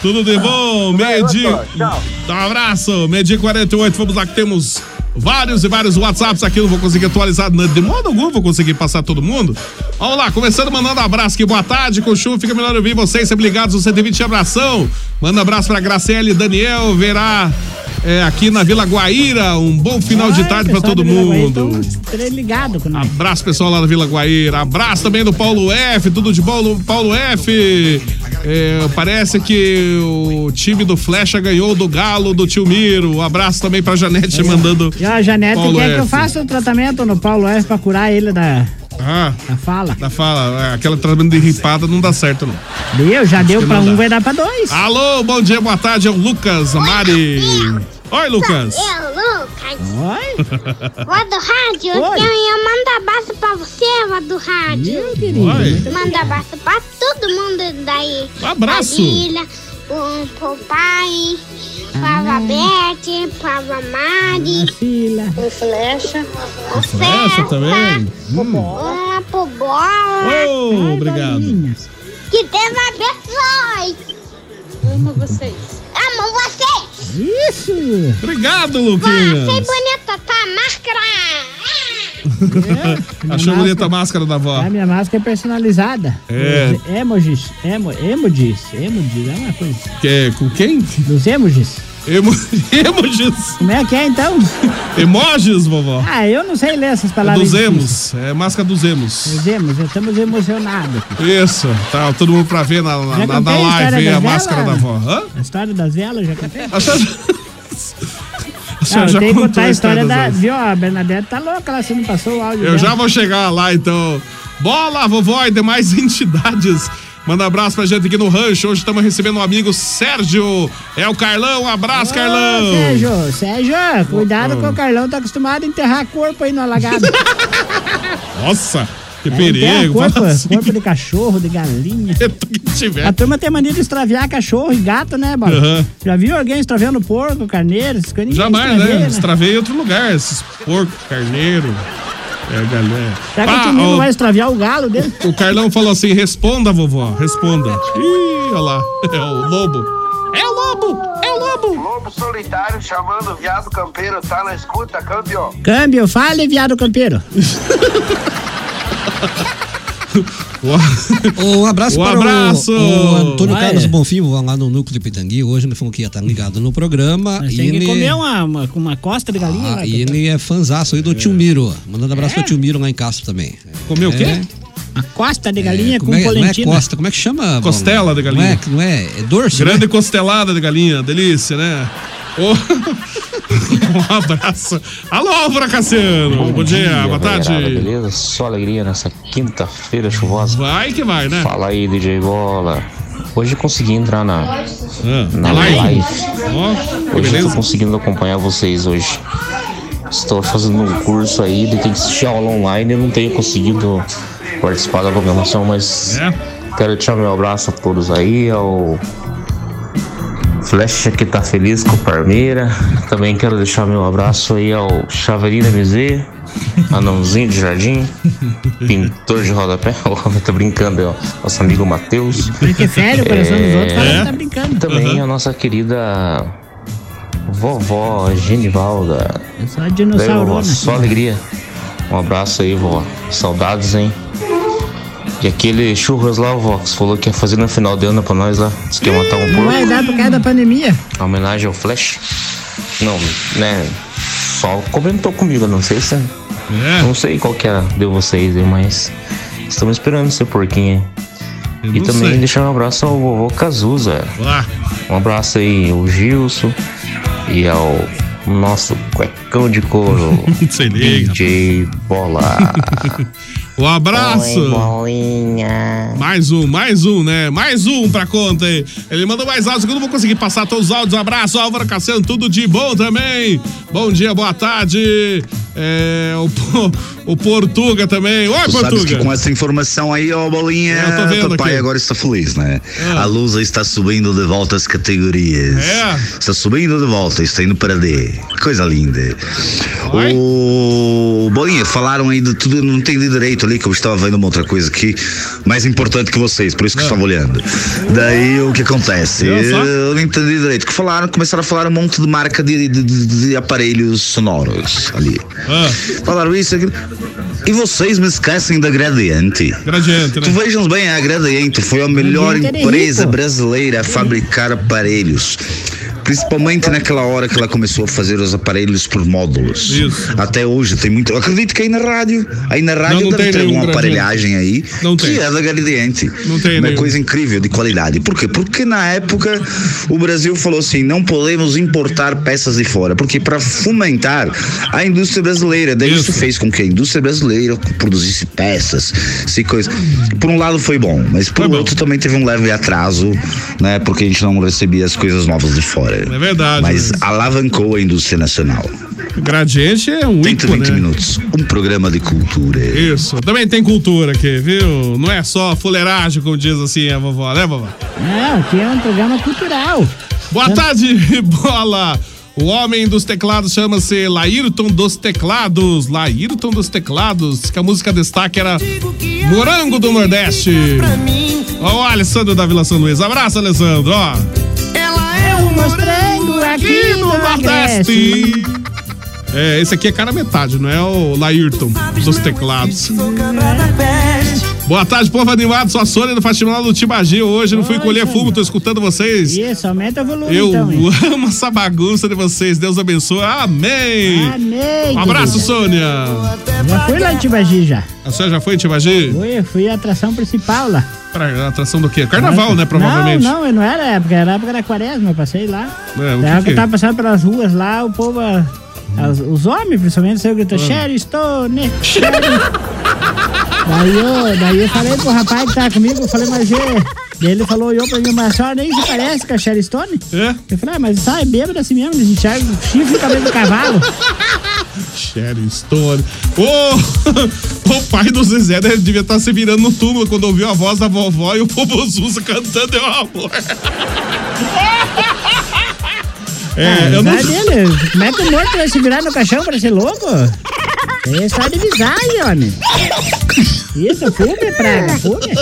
Speaker 5: Tudo de bom? Meio-dia.
Speaker 18: Tchau.
Speaker 5: Um abraço. Meio-dia 48. Vamos lá que temos vários e vários WhatsApps aqui. Não vou conseguir atualizar na- de modo algum. Vou conseguir passar todo mundo. Vamos lá. Começando mandando abraço aqui. Boa tarde, Cochu. Fica melhor ouvir vocês. Sempre ligados no 120 abração. Manda abraço pra Graciele, Daniel, Verá. é, aqui na Vila Guaíra. Um bom final de tarde pra
Speaker 8: pessoal
Speaker 5: todo
Speaker 8: da Vila Guaíra,
Speaker 5: mundo.
Speaker 8: Terei ligado com nós.
Speaker 5: Abraço, pessoal lá da Vila Guaíra. Abraço também do Paulo F. Tudo de bom, Lu- Paulo F. É, parece que o time do Flecha ganhou do Galo, do Tio Miro. Abraço também pra Janete Tá mandando.
Speaker 8: Já a Janete
Speaker 5: Paulo
Speaker 8: quer que eu
Speaker 5: F.
Speaker 8: faça o tratamento no Paulo F pra curar ele da.
Speaker 5: Ah,
Speaker 8: da fala.
Speaker 5: Da fala. É, Aquela tratamento de ripada não dá certo, não.
Speaker 8: Deu, já deu
Speaker 5: que
Speaker 8: pra
Speaker 5: não
Speaker 8: um,
Speaker 5: dá.
Speaker 8: vai dar pra dois.
Speaker 5: Alô, bom dia, boa tarde. É o Lucas Mari. Oi, Lucas.
Speaker 19: Eu, Lucas.
Speaker 8: Oi.
Speaker 19: Lá do rádio, eu
Speaker 5: Oi.
Speaker 19: tenho eu mando abraço pra você, lá do rádio.
Speaker 8: Meu querido. Oi.
Speaker 19: Mando abraço pra todo mundo daí.
Speaker 5: Um abraço.
Speaker 19: Pra Lila, pro, pro pai, pra
Speaker 5: Ah.
Speaker 19: Babete, pra Mari. Pro Flecha. Pro
Speaker 5: Flecha
Speaker 19: Festa.
Speaker 5: também.
Speaker 19: Uma pro Bola.
Speaker 5: Oh, Hum. obrigado.
Speaker 19: Que Deus abençoe. Amo vocês. Amo vocês.
Speaker 8: Isso.
Speaker 5: Obrigado,
Speaker 19: Você é
Speaker 5: Lucas.
Speaker 19: bonita, tá? Máscara.
Speaker 8: É?
Speaker 5: Achou bonita a máscara da avó.
Speaker 8: A minha máscara é personalizada.
Speaker 5: É.
Speaker 8: Os Emojis. Emo, emojis. Emojis. É uma coisa.
Speaker 5: Que, com quem?
Speaker 8: Dos emojis.
Speaker 5: Emo, emojis.
Speaker 8: Como é que é então?
Speaker 5: Emojis, vovó.
Speaker 8: Ah, eu não sei ler essas
Speaker 5: É dos
Speaker 8: palavras. difíceis.
Speaker 5: emos. É máscara dos emos.
Speaker 8: Dos emos. Estamos emocionados.
Speaker 5: Isso. Tá todo mundo pra ver na, na, na-
Speaker 8: Já
Speaker 5: na
Speaker 8: contei a
Speaker 5: live
Speaker 8: história
Speaker 5: aí, a
Speaker 8: da vela?
Speaker 5: máscara da avó. Hã?
Speaker 8: A história das velas, já contei?
Speaker 5: A senhora- A
Speaker 8: Não,
Speaker 5: senhora
Speaker 8: eu
Speaker 5: já
Speaker 8: tenho que
Speaker 5: contou
Speaker 8: contar a história
Speaker 5: das
Speaker 8: da.
Speaker 5: velas.
Speaker 8: Viu, a Bernadette tá louca, ela se não passou o áudio.
Speaker 5: Eu
Speaker 8: dela.
Speaker 5: já vou chegar lá, então. Bola, vovó e demais entidades. Manda um abraço pra gente aqui no rancho. Hoje estamos recebendo o amigo Sérgio. É o Carlão. Um abraço, Carlão.
Speaker 8: Sérgio, Sérgio, cuidado
Speaker 5: Opa.
Speaker 8: que o Carlão tá acostumado a enterrar corpo aí no alagado.
Speaker 5: Nossa, que
Speaker 8: Enterra
Speaker 5: perigo.
Speaker 8: corpo,
Speaker 5: Fala assim.
Speaker 8: corpo de cachorro, Tá de galinha.
Speaker 5: tiver.
Speaker 8: A turma tem mania de extraviar cachorro e gato, né, Bola?
Speaker 5: Aham.
Speaker 8: Já viu alguém extraviando porco, carneiro? Essas coisas? Ninguém
Speaker 5: Jamais,
Speaker 8: extravia,
Speaker 5: né? Extravei em outro lugar. Esses porco, carneiro. É, galera.
Speaker 8: Será que o
Speaker 5: Pá,
Speaker 8: Timino
Speaker 5: ó,
Speaker 8: vai extraviar o galo dele?
Speaker 5: O Carlão falou assim: responda, vovó, responda. Ih, olha lá, é o lobo. É o lobo! É o lobo!
Speaker 20: Lobo solitário chamando o viado campeiro, tá na escuta, campeão.
Speaker 8: Câmbio, fale, viado campeiro. é.
Speaker 1: Um abraço
Speaker 5: Um
Speaker 1: para o-
Speaker 5: abraço.
Speaker 1: O, Antônio
Speaker 8: Olha.
Speaker 1: Carlos Bonfim, vão lá no Núcleo de Pitangui. Hoje ele falou que ia estar ligado no programa.
Speaker 8: Mas
Speaker 1: e
Speaker 8: tem que
Speaker 1: ele-
Speaker 8: comer um. uma, uma, uma costa de galinha.
Speaker 1: Ah,
Speaker 8: né?
Speaker 1: e ele é fanzaço aí do tio Miro. Mandando abraço
Speaker 8: É?
Speaker 1: pro tio Miro lá em Castro também.
Speaker 5: Comeu o quê?
Speaker 8: Uma costa de galinha
Speaker 1: É,
Speaker 8: É com
Speaker 1: como é, não é
Speaker 8: polentina.
Speaker 1: costa, como é que chama? Bola?
Speaker 5: Costela de galinha.
Speaker 1: Não é, não é, é dorso,
Speaker 5: Grande
Speaker 1: né?
Speaker 5: costelada de galinha, delícia, né? Ô, um abraço. Alô, Álvaro Cassiano. Bom dia, boa tarde.
Speaker 21: mulherada, Beleza? Só alegria nessa quinta-feira chuvosa.
Speaker 5: Vai que vai, né?
Speaker 21: Fala aí, DJ Bola. Hoje eu consegui entrar na, na
Speaker 5: live.
Speaker 21: live.
Speaker 5: Ó,
Speaker 21: Hoje eu tô
Speaker 5: beleza.
Speaker 21: conseguindo acompanhar vocês hoje. Estou fazendo um curso aí de tem que assistir aula online. Eu não tenho conseguido participar da programação, mas quero deixar meu abraço a todos aí, ao Flecha que tá feliz com o Parmeira. Também quero deixar meu abraço aí ao Chaverina MZ, anãozinho de jardim, pintor de rodapé. O homem tá brincando, ó. Nosso amigo É, Matheus.
Speaker 8: Porque é sério, o coração dos outros fala que tá brincando.
Speaker 5: Uhum.
Speaker 21: Também a nossa querida vovó Genivalda.
Speaker 8: É só a dinossaurona.
Speaker 21: Só alegria. Um abraço aí, vó. Saudades, hein? E aquele churras lá, o Vox, falou que ia fazer no final de ano pra nós lá. Diz que ia matar um
Speaker 8: Não vai
Speaker 21: porco.
Speaker 8: dar por causa da pandemia.
Speaker 21: A homenagem ao Flash. Não, né? Só comentou comigo, não sei se. é.
Speaker 5: É.
Speaker 21: Não sei qual que era de vocês aí, mas. Estamos esperando esse porquinho aí. E
Speaker 5: não
Speaker 21: também
Speaker 5: sei.
Speaker 21: deixar um abraço ao vovô Cazuza.
Speaker 5: Ah.
Speaker 21: Um abraço aí ao Gilson e ao nosso cuecão de couro. DJ Bola.
Speaker 5: Um abraço.
Speaker 21: Oi,
Speaker 5: mais um, mais um, né? Mais um pra conta aí. Ele mandou mais áudios que eu não vou conseguir passar todos os áudios. Um Abraço, Álvaro Cassiano, tudo de bom também. Bom dia, boa tarde. É, o, Po- o Portuga também. Oi,
Speaker 2: Tu sabes que
Speaker 5: Portuga.
Speaker 2: com essa informação aí, ó bolinha,
Speaker 5: É, Eu tô vendo
Speaker 2: papai
Speaker 5: aqui. Ah.
Speaker 2: agora está feliz, né? A Lusa está subindo de volta as categorias.
Speaker 5: É.
Speaker 2: Está subindo de volta, está indo para D. Coisa linda. O bolinha, falaram aí de tudo, não entendi direito ali que eu estava vendo uma outra coisa aqui, mais importante que vocês, por isso
Speaker 5: Ah.
Speaker 2: que eu estava olhando. Daí o que acontece?
Speaker 22: Viu só?
Speaker 2: Eu não entendi direito. Que falaram, começaram a falar um monte de marca de, de- de- de aparelhos sonoros ali.
Speaker 5: Ah.
Speaker 2: Falaram isso, aquilo. E vocês me esquecem da Gradiente.
Speaker 5: Gradiente, né?
Speaker 2: Tu vejam bem, a Gradiente foi a melhor
Speaker 5: Gradiente era
Speaker 2: empresa
Speaker 5: rico.
Speaker 2: brasileira a fabricar aparelhos. Principalmente naquela hora que ela começou a fazer os aparelhos por módulos. Até hoje tem muito. Eu acredito que aí na rádio. Aí na
Speaker 5: não
Speaker 2: rádio deve
Speaker 5: tem
Speaker 2: ter
Speaker 5: nenhum
Speaker 2: alguma
Speaker 5: Gradiente.
Speaker 2: aparelhagem aí que é da Gradiente. Não tem Uma
Speaker 5: nenhum.
Speaker 2: coisa incrível de qualidade. Por quê? Porque na época o Brasil falou assim: não podemos importar peças de fora. Porque para fomentar a indústria brasileira. Daí isso. fez com que a indústria brasileira produzisse peças, se coisa. Por um lado foi bom, mas por outro também teve um leve atraso, né? Porque a gente não recebia as coisas novas de fora.
Speaker 5: É verdade.
Speaker 2: Mas alavancou a indústria nacional.
Speaker 5: Gradiente é um
Speaker 2: 120 minutos, um programa de cultura.
Speaker 5: Isso. Também tem cultura aqui, viu? Não é só fuleiragem, como diz assim a vovó, né, vovó?
Speaker 8: Não, aqui é um programa cultural. É.
Speaker 5: Boa tarde, bola! O homem dos teclados chama-se Laírton dos Teclados. Laírton dos Teclados, que a música destaque era Morango do Nordeste. Ó, o Alessandro da Vila São Luís. Abraço, Alessandro. Ó,
Speaker 4: Ela é um morango
Speaker 8: aqui no
Speaker 5: Nordeste. É, esse aqui é cara metade, não é o Laírton dos Teclados. Boa tarde, povo animado. Sou a Sônia do Fatimão do Tibagi. Hoje não fui colher fumo, tô escutando vocês.
Speaker 8: Isso, aumenta o volume
Speaker 5: Eu
Speaker 8: então. hein?
Speaker 5: amo essa bagunça de vocês. Deus abençoe. Amém.
Speaker 8: Amei,
Speaker 5: Um abraço,
Speaker 8: querida.
Speaker 5: Sônia.
Speaker 8: Já fui lá em Tibagi já.
Speaker 5: A senhora já foi em Tibagi?
Speaker 8: Fui, fui a atração principal lá.
Speaker 5: Pra atração do quê? Carnaval, né? Provavelmente.
Speaker 8: Não, não, eu não era época, era época da quaresma, eu passei lá.
Speaker 5: É, o
Speaker 8: Na
Speaker 5: que
Speaker 8: época
Speaker 5: que
Speaker 8: eu
Speaker 5: é?
Speaker 8: tava tá passando pelas ruas lá, o povo. ah, as- os homens, principalmente, saiu gritando, Sherry, estou, né? daí, eu, daí eu falei pro rapaz que tava comigo, eu falei, mas é. Daí ele falou, olhou pra mim, mas a senhora nem se parece com a Sherry Stone?
Speaker 5: É?
Speaker 8: Eu falei, ah, mas sai bêbado assim mesmo, eles enxergam o chifre e o cabelo do cavalo.
Speaker 5: Sherry Stone. Ô, o pai do Zezé deve- devia estar se virando no túmulo quando ouviu a voz da vovó e o povo Zusa cantando Eu Amor.
Speaker 8: ah,
Speaker 5: É, eu não.
Speaker 8: vai dele. Ah, Como é que o morto vai se virar no caixão pra ser louco? É só divisar aí, homem. Isso, fume, praga, fume.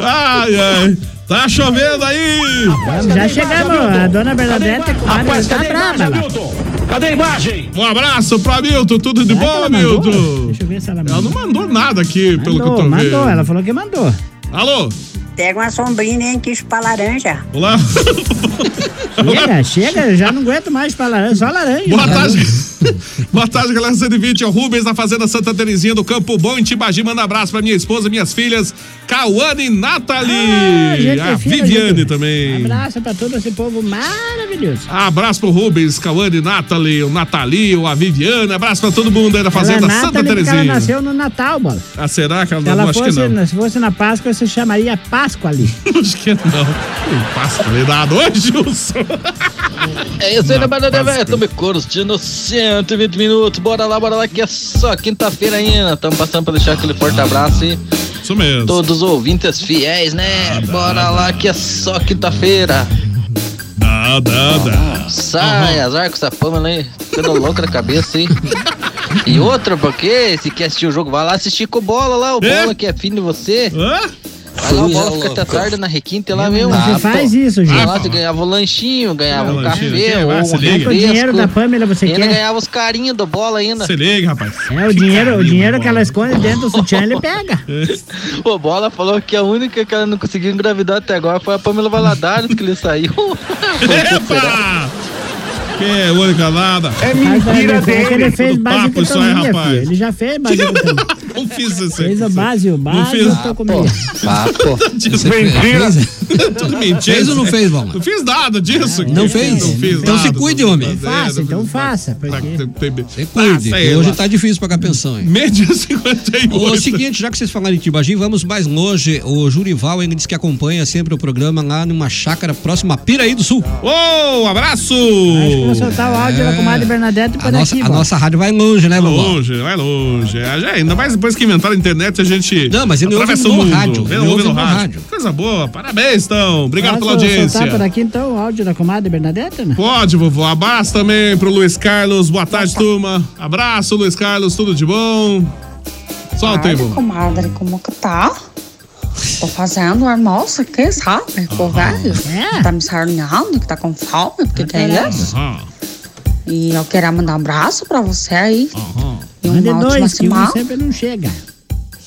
Speaker 5: Ai, ai. Tá chovendo aí.
Speaker 8: Já chegamos, a dona Bernadette
Speaker 5: Rapaz,
Speaker 8: tá
Speaker 5: cadê a
Speaker 8: brava lá.
Speaker 5: Cadê a imagem? Um abraço pra Milton, tudo de bom, Milton?
Speaker 8: Deixa eu ver se ela
Speaker 5: Ela não mandou nada aqui, pelo que eu tô
Speaker 8: mandou.
Speaker 5: vendo.
Speaker 8: Mandou, ela falou que mandou.
Speaker 5: Alô?
Speaker 23: Pega uma sombrinha e enquiste pra laranja.
Speaker 5: Olá.
Speaker 8: Chega, chega, eu já não aguento mais pra laranja, só laranja.
Speaker 5: Boa tarde. Boa tarde, galera 120. É o Rubens da Fazenda Santa Terezinha do Campo Bom, em Tibagi. Manda abraço pra minha esposa, minhas filhas, Cauane e Nathalie.
Speaker 8: Ah, gente
Speaker 5: a
Speaker 8: fina,
Speaker 5: Viviane
Speaker 8: gente.
Speaker 5: também.
Speaker 8: Abraço pra todo esse povo maravilhoso.
Speaker 5: Abraço pro Rubens, Cauane, Nathalie, o Natalio, a Viviane. Abraço pra todo mundo aí da Fazenda
Speaker 8: ela é
Speaker 5: Santa
Speaker 8: Nathalie porque ela
Speaker 5: Terezinha.
Speaker 8: nasceu no Natal, bola.
Speaker 5: Ah, será que ela,
Speaker 8: Se ela
Speaker 5: não? Acho que
Speaker 8: fosse, né?
Speaker 5: não.
Speaker 8: se fosse na Páscoa, você chamaria Páscoa ali.
Speaker 5: Acho que não. Pascoalidade. Oi, Gilson.
Speaker 24: É isso aí, rapaziada, velho. Tamo curtindo 120 minutos. Bora lá, bora lá, que é só quinta-feira ainda. Tamo passando pra deixar aquele forte abraço e.
Speaker 5: Isso mesmo.
Speaker 24: Todos os ouvintes fiéis, né? Bora lá, que é só quinta-feira.
Speaker 5: Dá, dá, dá.
Speaker 24: né? Sai, azar com essa pâmela aí. Ficando louca na cabeça, hein? E outra, porque se quer assistir o jogo, vai lá assistir com o Bola lá, o Bola que é filho de você. Vai lá, o
Speaker 8: Coisa
Speaker 24: Bola fica até
Speaker 8: louca.
Speaker 24: tarde na requinte lá mesmo.
Speaker 8: Você faz
Speaker 24: pô.
Speaker 8: isso, gente.
Speaker 24: Vai lá, você ganhava o lanchinho, ganhava um café,
Speaker 8: Você
Speaker 5: é
Speaker 24: ou um
Speaker 8: vai, se liga.
Speaker 24: refresco.
Speaker 8: É O dinheiro da Pamela você
Speaker 24: E ainda
Speaker 8: quer.
Speaker 24: ganhava os carinhos do Bola ainda.
Speaker 5: Se liga, rapaz.
Speaker 8: É, o dinheiro, o dinheiro que ela esconde dentro do sutiã, ele pega.
Speaker 24: O Bola falou que a única que ela não conseguiu engravidar até agora foi a Pamela Valadares que ele saiu.
Speaker 5: Epa! Que é única nada.
Speaker 8: Mas ele fez- Ele fez básico
Speaker 5: papo só, hein, rapaz.
Speaker 8: Ele já fez básico
Speaker 5: Não fiz isso.
Speaker 8: Fez o básico,
Speaker 5: Não fiz.
Speaker 8: básico
Speaker 24: Ah,
Speaker 5: Papo.
Speaker 1: Mentira.
Speaker 5: Tudo mentira.
Speaker 1: Fez ou não fez, Valmar?
Speaker 5: Não fiz nada disso. aqui.
Speaker 1: Ah, Não fez?
Speaker 5: Não fiz
Speaker 1: Então
Speaker 5: nada.
Speaker 1: se cuide, homem.
Speaker 8: Faça, então faça.
Speaker 5: Tá,
Speaker 8: porque-
Speaker 1: Se cuide,
Speaker 5: Ah,
Speaker 1: que
Speaker 5: sei
Speaker 1: hoje
Speaker 5: lá.
Speaker 1: tá difícil pagar pensão, hein?
Speaker 5: Média 58.
Speaker 1: O seguinte, já que vocês falaram em Tibagi, vamos mais longe. O Jurival ele diz que acompanha sempre o programa lá numa chácara próxima a Piraí do Sul. É.
Speaker 5: Ô, abraço!
Speaker 8: Vou soltar o áudio da tá comadre Bernadette
Speaker 1: A
Speaker 8: pra
Speaker 1: nossa,
Speaker 8: daqui,
Speaker 1: a
Speaker 8: bom.
Speaker 1: nossa rádio vai longe, né, Bobó?
Speaker 5: é Longe, vai longe. Ah, já, Ainda mais depois que inventaram a internet, a gente. Não,
Speaker 1: mas ele ouve
Speaker 5: atravessa
Speaker 1: no
Speaker 5: o mundo.
Speaker 1: rádio,
Speaker 5: Ele
Speaker 1: ele
Speaker 5: ouve
Speaker 1: ouve
Speaker 5: no
Speaker 1: no
Speaker 5: rádio.
Speaker 1: rádio.
Speaker 5: Coisa boa. Parabéns, então. Obrigado pela
Speaker 8: Posso
Speaker 5: audiência.
Speaker 8: soltar por aqui, então, o áudio da comadre Bernadette, né?
Speaker 5: Pode, vovô. Abraço também pro Luiz Carlos. Boa tarde, turma. Abraço, Luiz Carlos. Tudo de bom? Solta aí,
Speaker 3: Olha,
Speaker 5: vovô.
Speaker 3: comadre, como que tá? Tô fazendo almoço aqui, sabe? Com o velho. Tá me sarnhando, que tá com fome, porque que é isso? E eu queria mandar um abraço pra você aí. E uma
Speaker 8: Mande
Speaker 3: ótima
Speaker 8: dois, que um
Speaker 3: semana.
Speaker 8: sempre não chega.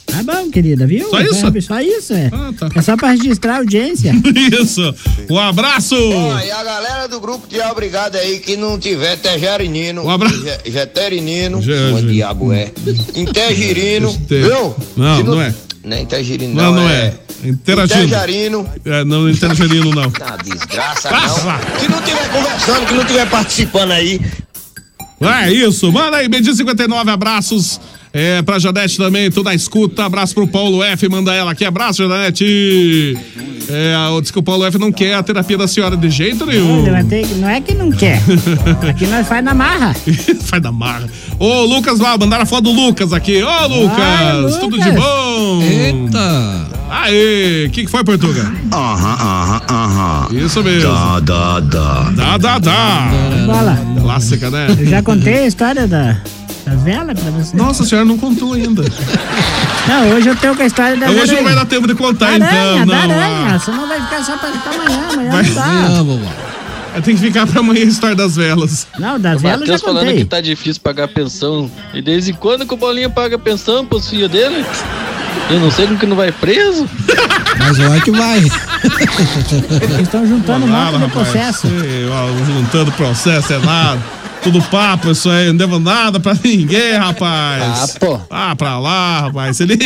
Speaker 8: Tá bom, querida, viu?
Speaker 3: Só isso?
Speaker 8: Sabe, Só isso, é. É só pra registrar a audiência.
Speaker 5: Ah, tá. Isso. Um abraço.
Speaker 7: Ó, e a galera do grupo de Obrigado aí, que não tiver Tejerinino,
Speaker 5: um abraço.
Speaker 7: Geterinino, o diabo é, Intergirino,
Speaker 5: Tem.
Speaker 7: viu?
Speaker 5: Não,
Speaker 7: Se
Speaker 5: não é.
Speaker 7: Não é Intergirino,
Speaker 5: Não, não é. Interagino.
Speaker 7: Intergerino.
Speaker 5: É, não, Intergerino não.
Speaker 7: Tá desgraça, não. Que não tiver conversando, que não tiver participando aí,
Speaker 5: É isso, manda aí, Medir 59, abraços. É, pra Janete também, toda a escuta. Abraço pro Paulo F, manda ela aqui. Abraço, Janete. É, eu disse que o Paulo F não quer a terapia da senhora de jeito nenhum.
Speaker 8: Ele vai ter que- Não é que não quer. Aqui nós faz na marra.
Speaker 5: Faz da marra. Ô, Lucas lá, mandaram a foto do Lucas aqui. Ô, Lucas, tudo de
Speaker 8: Lucas.
Speaker 5: bom? Eita. Aê, o que, que foi, Portuga?
Speaker 2: Aham, aham, aham.
Speaker 5: Isso mesmo.
Speaker 2: Dá, dá, dá.
Speaker 5: Dá, dá, dá.
Speaker 8: Bola.
Speaker 5: Clássica, né?
Speaker 8: Eu já contei a história da, da vela pra você.
Speaker 5: Nossa, a senhora não contou ainda.
Speaker 8: Não, hoje eu tenho com a história da
Speaker 5: Hoje não
Speaker 8: aranha.
Speaker 5: vai dar tempo de contar,
Speaker 8: aranha,
Speaker 5: então.
Speaker 8: Da
Speaker 5: não,
Speaker 8: aranha, você não vai ficar só pra ficar amanhã, amanhã
Speaker 5: Vai
Speaker 8: não dá.
Speaker 5: Tem que ficar pra amanhã a história das velas.
Speaker 8: Não, das
Speaker 24: O Matheus falando que tá difícil pagar pensão. E desde quando que o Bolinha paga pensão pros filhos dele? Eu não sei como que não vai preso.
Speaker 1: Mas olha que vai.
Speaker 8: Eles estão juntando um monte
Speaker 5: Nada,
Speaker 8: de
Speaker 5: rapaz.
Speaker 8: processo.
Speaker 5: Ei, ó, juntando processo é nada. Tudo papo, isso aí. Não devo nada pra ninguém, rapaz. Papo. Ah, pra lá, rapaz. Se liga.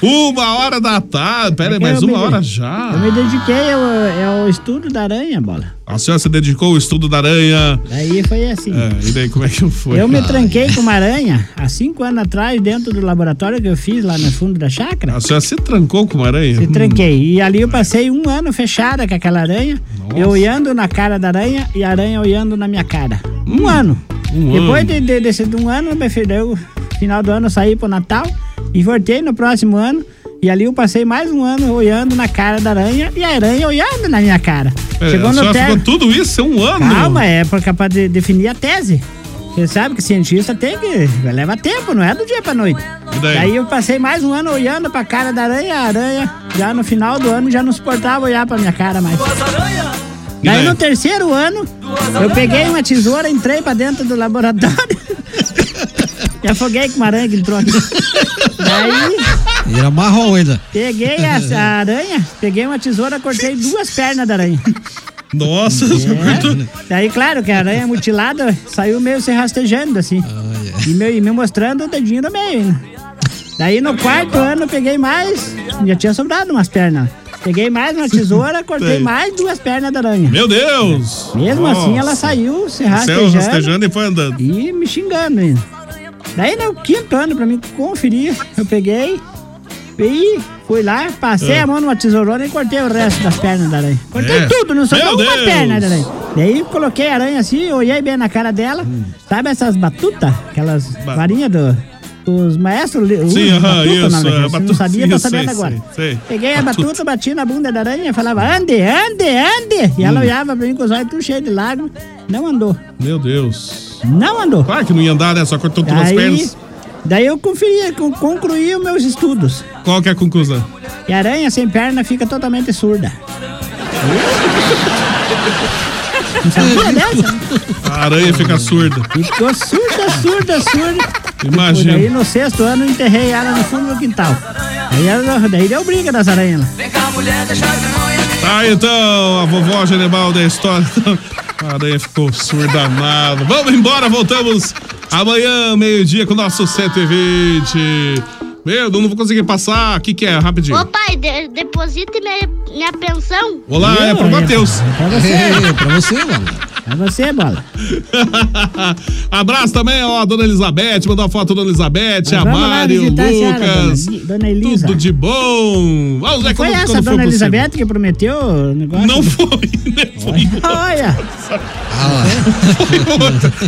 Speaker 5: Uma hora da tarde. Pera aí, mais
Speaker 8: Eu me-
Speaker 5: uma hora já.
Speaker 8: Eu me dediquei ao, ao estudo da aranha, bola.
Speaker 5: A senhora se dedicou ao estudo da aranha.
Speaker 8: Daí foi assim.
Speaker 5: É, e daí, como é que eu fui?
Speaker 8: eu me tranquei com uma aranha há cinco anos atrás dentro do laboratório que eu fiz lá no fundo da chácara.
Speaker 5: A senhora se trancou com uma aranha?
Speaker 8: Me tranquei. E ali eu passei um ano fechada com aquela aranha, eu olhando na cara da aranha e a aranha olhando na minha cara. Um ano.
Speaker 5: Um
Speaker 8: Depois
Speaker 5: ano.
Speaker 8: de, de, desse de um ano, meu filho, eu, final do ano eu saí pro Natal e voltei no próximo ano. E ali eu passei mais um ano olhando na cara da aranha e a aranha olhando na minha cara.
Speaker 5: É, a senhora ficou tudo isso? É um ano?
Speaker 8: Calma, é pra capaz de definir a tese. Você sabe que cientista tem que. Leva tempo, não é do dia pra noite.
Speaker 5: E daí?
Speaker 8: daí? eu passei mais um ano olhando pra cara da aranha, a aranha. Já no final do ano já não suportava olhar pra minha cara mais.
Speaker 5: E
Speaker 8: Daí
Speaker 5: daí?
Speaker 8: no terceiro ano, eu peguei uma tesoura, entrei pra dentro do laboratório. Me afoguei com uma aranha que entrou aqui. Daí.
Speaker 1: E Era marrom ainda.
Speaker 8: Peguei a, a aranha, peguei uma tesoura, cortei duas pernas da aranha. É.
Speaker 5: Nossa,
Speaker 8: Daí, claro, que a aranha mutilada saiu meio se rastejando, assim.
Speaker 5: Ah, é.
Speaker 8: e, meu, e me mostrando o dedinho no meio. né? Daí, no quarto ano, eu peguei mais. Já tinha sobrado umas pernas. Peguei mais uma tesoura, cortei
Speaker 5: Sei.
Speaker 8: mais duas pernas da aranha.
Speaker 5: Meu Deus!
Speaker 8: Mesmo assim, ela
Speaker 5: Nossa.
Speaker 8: saiu se
Speaker 5: Saiu
Speaker 8: rastejando.
Speaker 5: rastejando e foi andando.
Speaker 8: E me xingando ainda. Daí no quinto ano, pra mim conferir, eu peguei e fui lá, passei
Speaker 24: Ah.
Speaker 8: a mão numa tesourona e cortei o resto das pernas da aranha. Cortei
Speaker 24: É.
Speaker 8: tudo, não sobrou
Speaker 24: Meu
Speaker 8: uma
Speaker 24: Deus.
Speaker 8: perna da aranha. Daí coloquei a aranha assim, olhei bem na cara dela,
Speaker 5: Hum.
Speaker 8: sabe essas batutas? Aquelas varinhas do. Os maestros li-
Speaker 5: Sim,
Speaker 8: usam
Speaker 5: aham,
Speaker 8: batuta, o
Speaker 5: isso.
Speaker 8: nome
Speaker 5: é,
Speaker 8: daquilo. Se não
Speaker 5: batuta,
Speaker 8: sabia, tá
Speaker 5: isso,
Speaker 8: sabendo
Speaker 5: sei,
Speaker 8: agora.
Speaker 5: sei, sei.
Speaker 8: Peguei a batuta, bati na bunda da aranha e falava, ande, ande, ande. E ela
Speaker 5: Hum.
Speaker 8: olhava pra mim com os olhos tudo cheios de lágrimas. Não andou.
Speaker 5: Meu Deus.
Speaker 8: Não andou.
Speaker 5: Claro que não ia andar, né? Só cortou todas as
Speaker 8: Daí,
Speaker 5: pernas.
Speaker 8: daí eu conferi, con- concluí os meus estudos.
Speaker 5: Qual que é a conclusão?
Speaker 8: E a aranha sem perna fica totalmente surda. Não sabia dessa? né?
Speaker 5: A aranha fica surda.
Speaker 8: Ficou surda, surda, surda.
Speaker 5: Imagina.
Speaker 8: Daí no sexto ano eu enterrei ela no fundo do quintal. Daí, ela- daí deu briga das aranhas lá.
Speaker 5: Tá, então, a vovó Genemal da história. A aranha ficou surda nada. Vamos embora, voltamos amanhã, meio-dia, com o nosso 120. Meu, não vou conseguir passar. O que, que é? Rapidinho.
Speaker 19: Ô pai, de, deposite minha, minha pensão.
Speaker 5: Olá, é pro Matheus.
Speaker 8: pra
Speaker 19: você. É,
Speaker 5: pra você, mano.
Speaker 8: É você, bola.
Speaker 5: Abraço também, ó, a dona Elizabeth. Mandou a foto da dona Elizabeth, a
Speaker 8: Vamos lá
Speaker 5: Mari, o
Speaker 8: visitar a senhora,
Speaker 5: Lucas.
Speaker 8: dona, dona Elisa.
Speaker 5: Tudo de bom. Vamos
Speaker 8: Tá. Não
Speaker 5: ver
Speaker 8: foi
Speaker 5: quando,
Speaker 8: essa
Speaker 5: quando for
Speaker 8: dona
Speaker 5: possível.
Speaker 8: Elizabeth que prometeu o negócio?
Speaker 5: Não foi, né?
Speaker 8: Olha.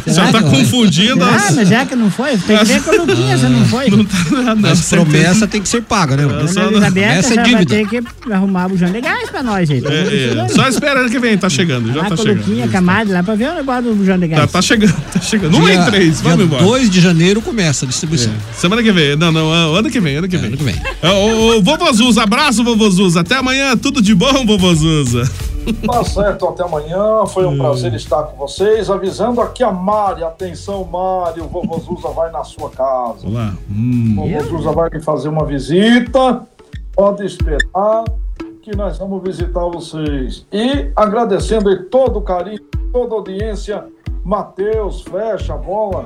Speaker 5: Já tá confundida.
Speaker 8: Ah, mas já que não foi, tem que ver com o Luquinha, se não foi. Não
Speaker 5: tá nada.
Speaker 1: Ah. Mas promessa tem que ser paga, né? mano?
Speaker 8: Dona Elizabeth
Speaker 1: Promessa é
Speaker 8: já vai
Speaker 1: dívida.
Speaker 8: ter que arrumar o bujão de gás pra nós, gente.
Speaker 5: É, é, Só esperando que vem, tá chegando, já
Speaker 8: Lá
Speaker 5: tá
Speaker 8: com o Luquinha,
Speaker 5: chegando.
Speaker 8: camada lá pra ver o negócio do bujão de gás.
Speaker 5: Tá, tá chegando, tá chegando. Uma
Speaker 1: Dia-
Speaker 5: em três, vamos
Speaker 1: dia
Speaker 5: embora. É,
Speaker 1: 2 de janeiro começa a distribuição.
Speaker 5: Semana que vem, não, não, ano- ano que vem, ano que vem. Ano que vem. Ô, ô, vovô Zuza, abraço, vovô Zuza. Até amanhã, tudo de bom, vovô Zuza.
Speaker 10: Tá certo, até amanhã. Foi um prazer estar com vocês. Avisando aqui a Mari. Atenção, Mari. O vovô Zuza vai na sua casa.
Speaker 5: Olá.
Speaker 10: Então, O vovô Zuza vai lhe fazer uma visita. Pode esperar que nós vamos visitar vocês. E agradecendo aí todo o carinho, toda a audiência. Matheus, Flecha, Bola.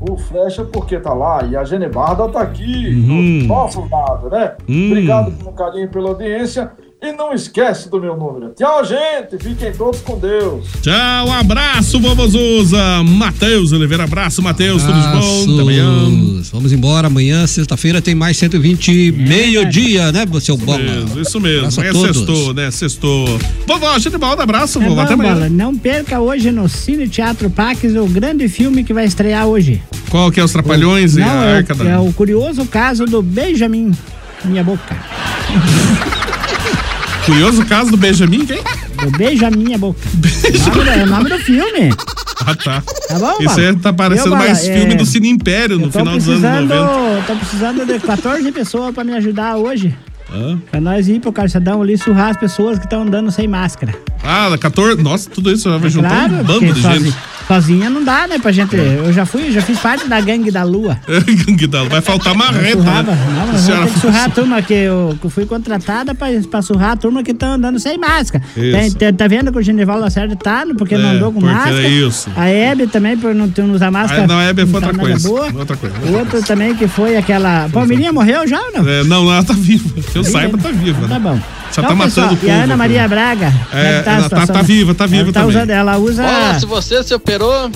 Speaker 10: O Flecha porque tá lá e a Genebarda tá aqui, do nosso lado, né?
Speaker 5: Hum.
Speaker 10: Obrigado pelo carinho, pela audiência. E não esquece do meu número. Tchau, gente. Fiquem todos com Deus.
Speaker 5: Tchau, um abraço, vovô Zuza. Matheus Oliveira, abraço, Matheus, tudo de bom. Até amanhã.
Speaker 1: Passos. Vamos embora amanhã, sexta-feira, tem mais 120
Speaker 8: É
Speaker 1: meio-dia, né, seu Bola?
Speaker 5: Isso, isso mesmo.
Speaker 1: Abraço a
Speaker 5: Amanhã
Speaker 1: todos.
Speaker 5: sextou, né? Sextou. Vovó, Genibaldo, abraço,
Speaker 8: É
Speaker 5: vovó.
Speaker 8: bom,
Speaker 5: Até amanhã.
Speaker 8: bola. Não perca hoje no Cine Teatro Pax o grande filme que vai estrear hoje.
Speaker 5: Qual que é os Trapalhões e a
Speaker 8: Não, é,
Speaker 5: Arca
Speaker 8: o,
Speaker 5: da...
Speaker 8: é o curioso caso do Benjamin. Minha boca.
Speaker 5: Curioso caso do Benjamin, quem?
Speaker 8: Do Benjamin a boca. O nome do- É o nome do filme.
Speaker 5: Ah, tá.
Speaker 8: Tá bom,
Speaker 5: Isso
Speaker 8: Bala?
Speaker 5: aí tá parecendo
Speaker 8: Viu, Bala?
Speaker 5: mais filme
Speaker 8: É,
Speaker 5: do Cine Império no
Speaker 8: eu tô
Speaker 5: final dos anos
Speaker 8: precisando-
Speaker 5: 90.
Speaker 8: Tô precisando de 14 pessoas pra me ajudar hoje.
Speaker 5: Hã?
Speaker 8: Pra nós ir pro calçadão ali surrar as pessoas que estão andando sem máscara. É
Speaker 5: Ah, 14. Nossa, tudo isso vai juntar
Speaker 8: Claro,
Speaker 5: um
Speaker 8: porque
Speaker 5: bando de
Speaker 8: sozinha,
Speaker 5: gente.
Speaker 8: sozinha não dá, né, pra gente. Eu já fui, já fiz parte da gangue da lua.
Speaker 5: Guidalo, vai faltar
Speaker 8: Eu
Speaker 5: marreta.
Speaker 8: surrava,
Speaker 5: né?
Speaker 8: não,
Speaker 5: A
Speaker 8: mas eu
Speaker 5: senhora
Speaker 8: vou ter que surrar a turma que eu que eu fui contratada pra, pra surrar a turma que tá andando sem máscara.
Speaker 5: Isso.
Speaker 8: Tem- tem- tá vendo que o Genival Lacerda tá, porque não
Speaker 5: É,
Speaker 8: andou com
Speaker 5: porque é
Speaker 8: máscara.
Speaker 5: isso.
Speaker 8: A Hebe também, por não, ter- não usar máscara.
Speaker 5: Ah, não, a Hebe foi
Speaker 8: tá
Speaker 5: outra
Speaker 8: nada
Speaker 5: coisa.
Speaker 8: boa.
Speaker 5: Outra coisa.
Speaker 8: Outra também que foi aquela. Palmeirinha morreu já ou não?
Speaker 5: É, não, ela tá viva. Que eu saiba, tá viva.
Speaker 8: Tá bom.
Speaker 5: Já
Speaker 8: Então,
Speaker 5: tá matando
Speaker 8: pessoal,
Speaker 5: o povo.
Speaker 8: E a Ana Maria Braga. como
Speaker 5: É,
Speaker 8: que a
Speaker 5: ela tá-
Speaker 8: situação?
Speaker 5: tá viva, tá viva
Speaker 8: ela tá
Speaker 5: também.
Speaker 8: Usando, ela usa.
Speaker 24: Ó, se você se operou,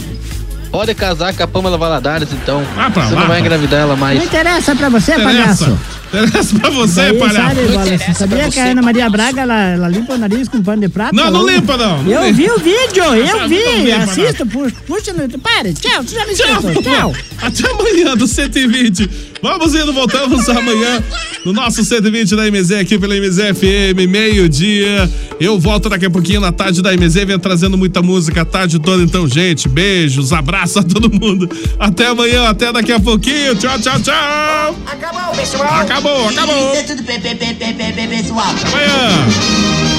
Speaker 24: pode casar com a Pamela Valadares, então.
Speaker 5: Ah, pra
Speaker 24: você
Speaker 5: lá,
Speaker 24: não vai
Speaker 5: pá.
Speaker 24: engravidar ela mais.
Speaker 8: Não interessa pra você, palhaço.
Speaker 5: Interessa. Interessa pra você,
Speaker 8: Daí,
Speaker 5: palhaço.
Speaker 8: sabe, Bola, você sabia que a Ana Maria Braga ela, ela limpa o nariz com pano de prato?
Speaker 5: Não, não
Speaker 8: Ela-
Speaker 5: limpa, não. Não
Speaker 8: eu
Speaker 5: limpa.
Speaker 8: vi o vídeo, eu
Speaker 5: Não
Speaker 8: vi.
Speaker 5: limpa, não.
Speaker 8: Assista, pu- puxa no YouTube. Pare, tchau, você já me
Speaker 5: Tchau,
Speaker 8: esqueceu. Tchau.
Speaker 5: Até amanhã do 120. Vamos indo, voltamos amanhã no nosso 120 da MZ aqui pela MZFM, meio-dia. Eu volto daqui a pouquinho na tarde da MZ, vem trazendo muita música a tarde toda. Então, gente, beijos, abraço a todo mundo. Até amanhã, até daqui a pouquinho. Tchau, tchau, tchau.
Speaker 16: Acabou, pessoal.
Speaker 5: Acabou, acabou.
Speaker 16: Isso é tudo, pe- pe- pe- pe- pe- pe- pessoal.
Speaker 5: Amanhã.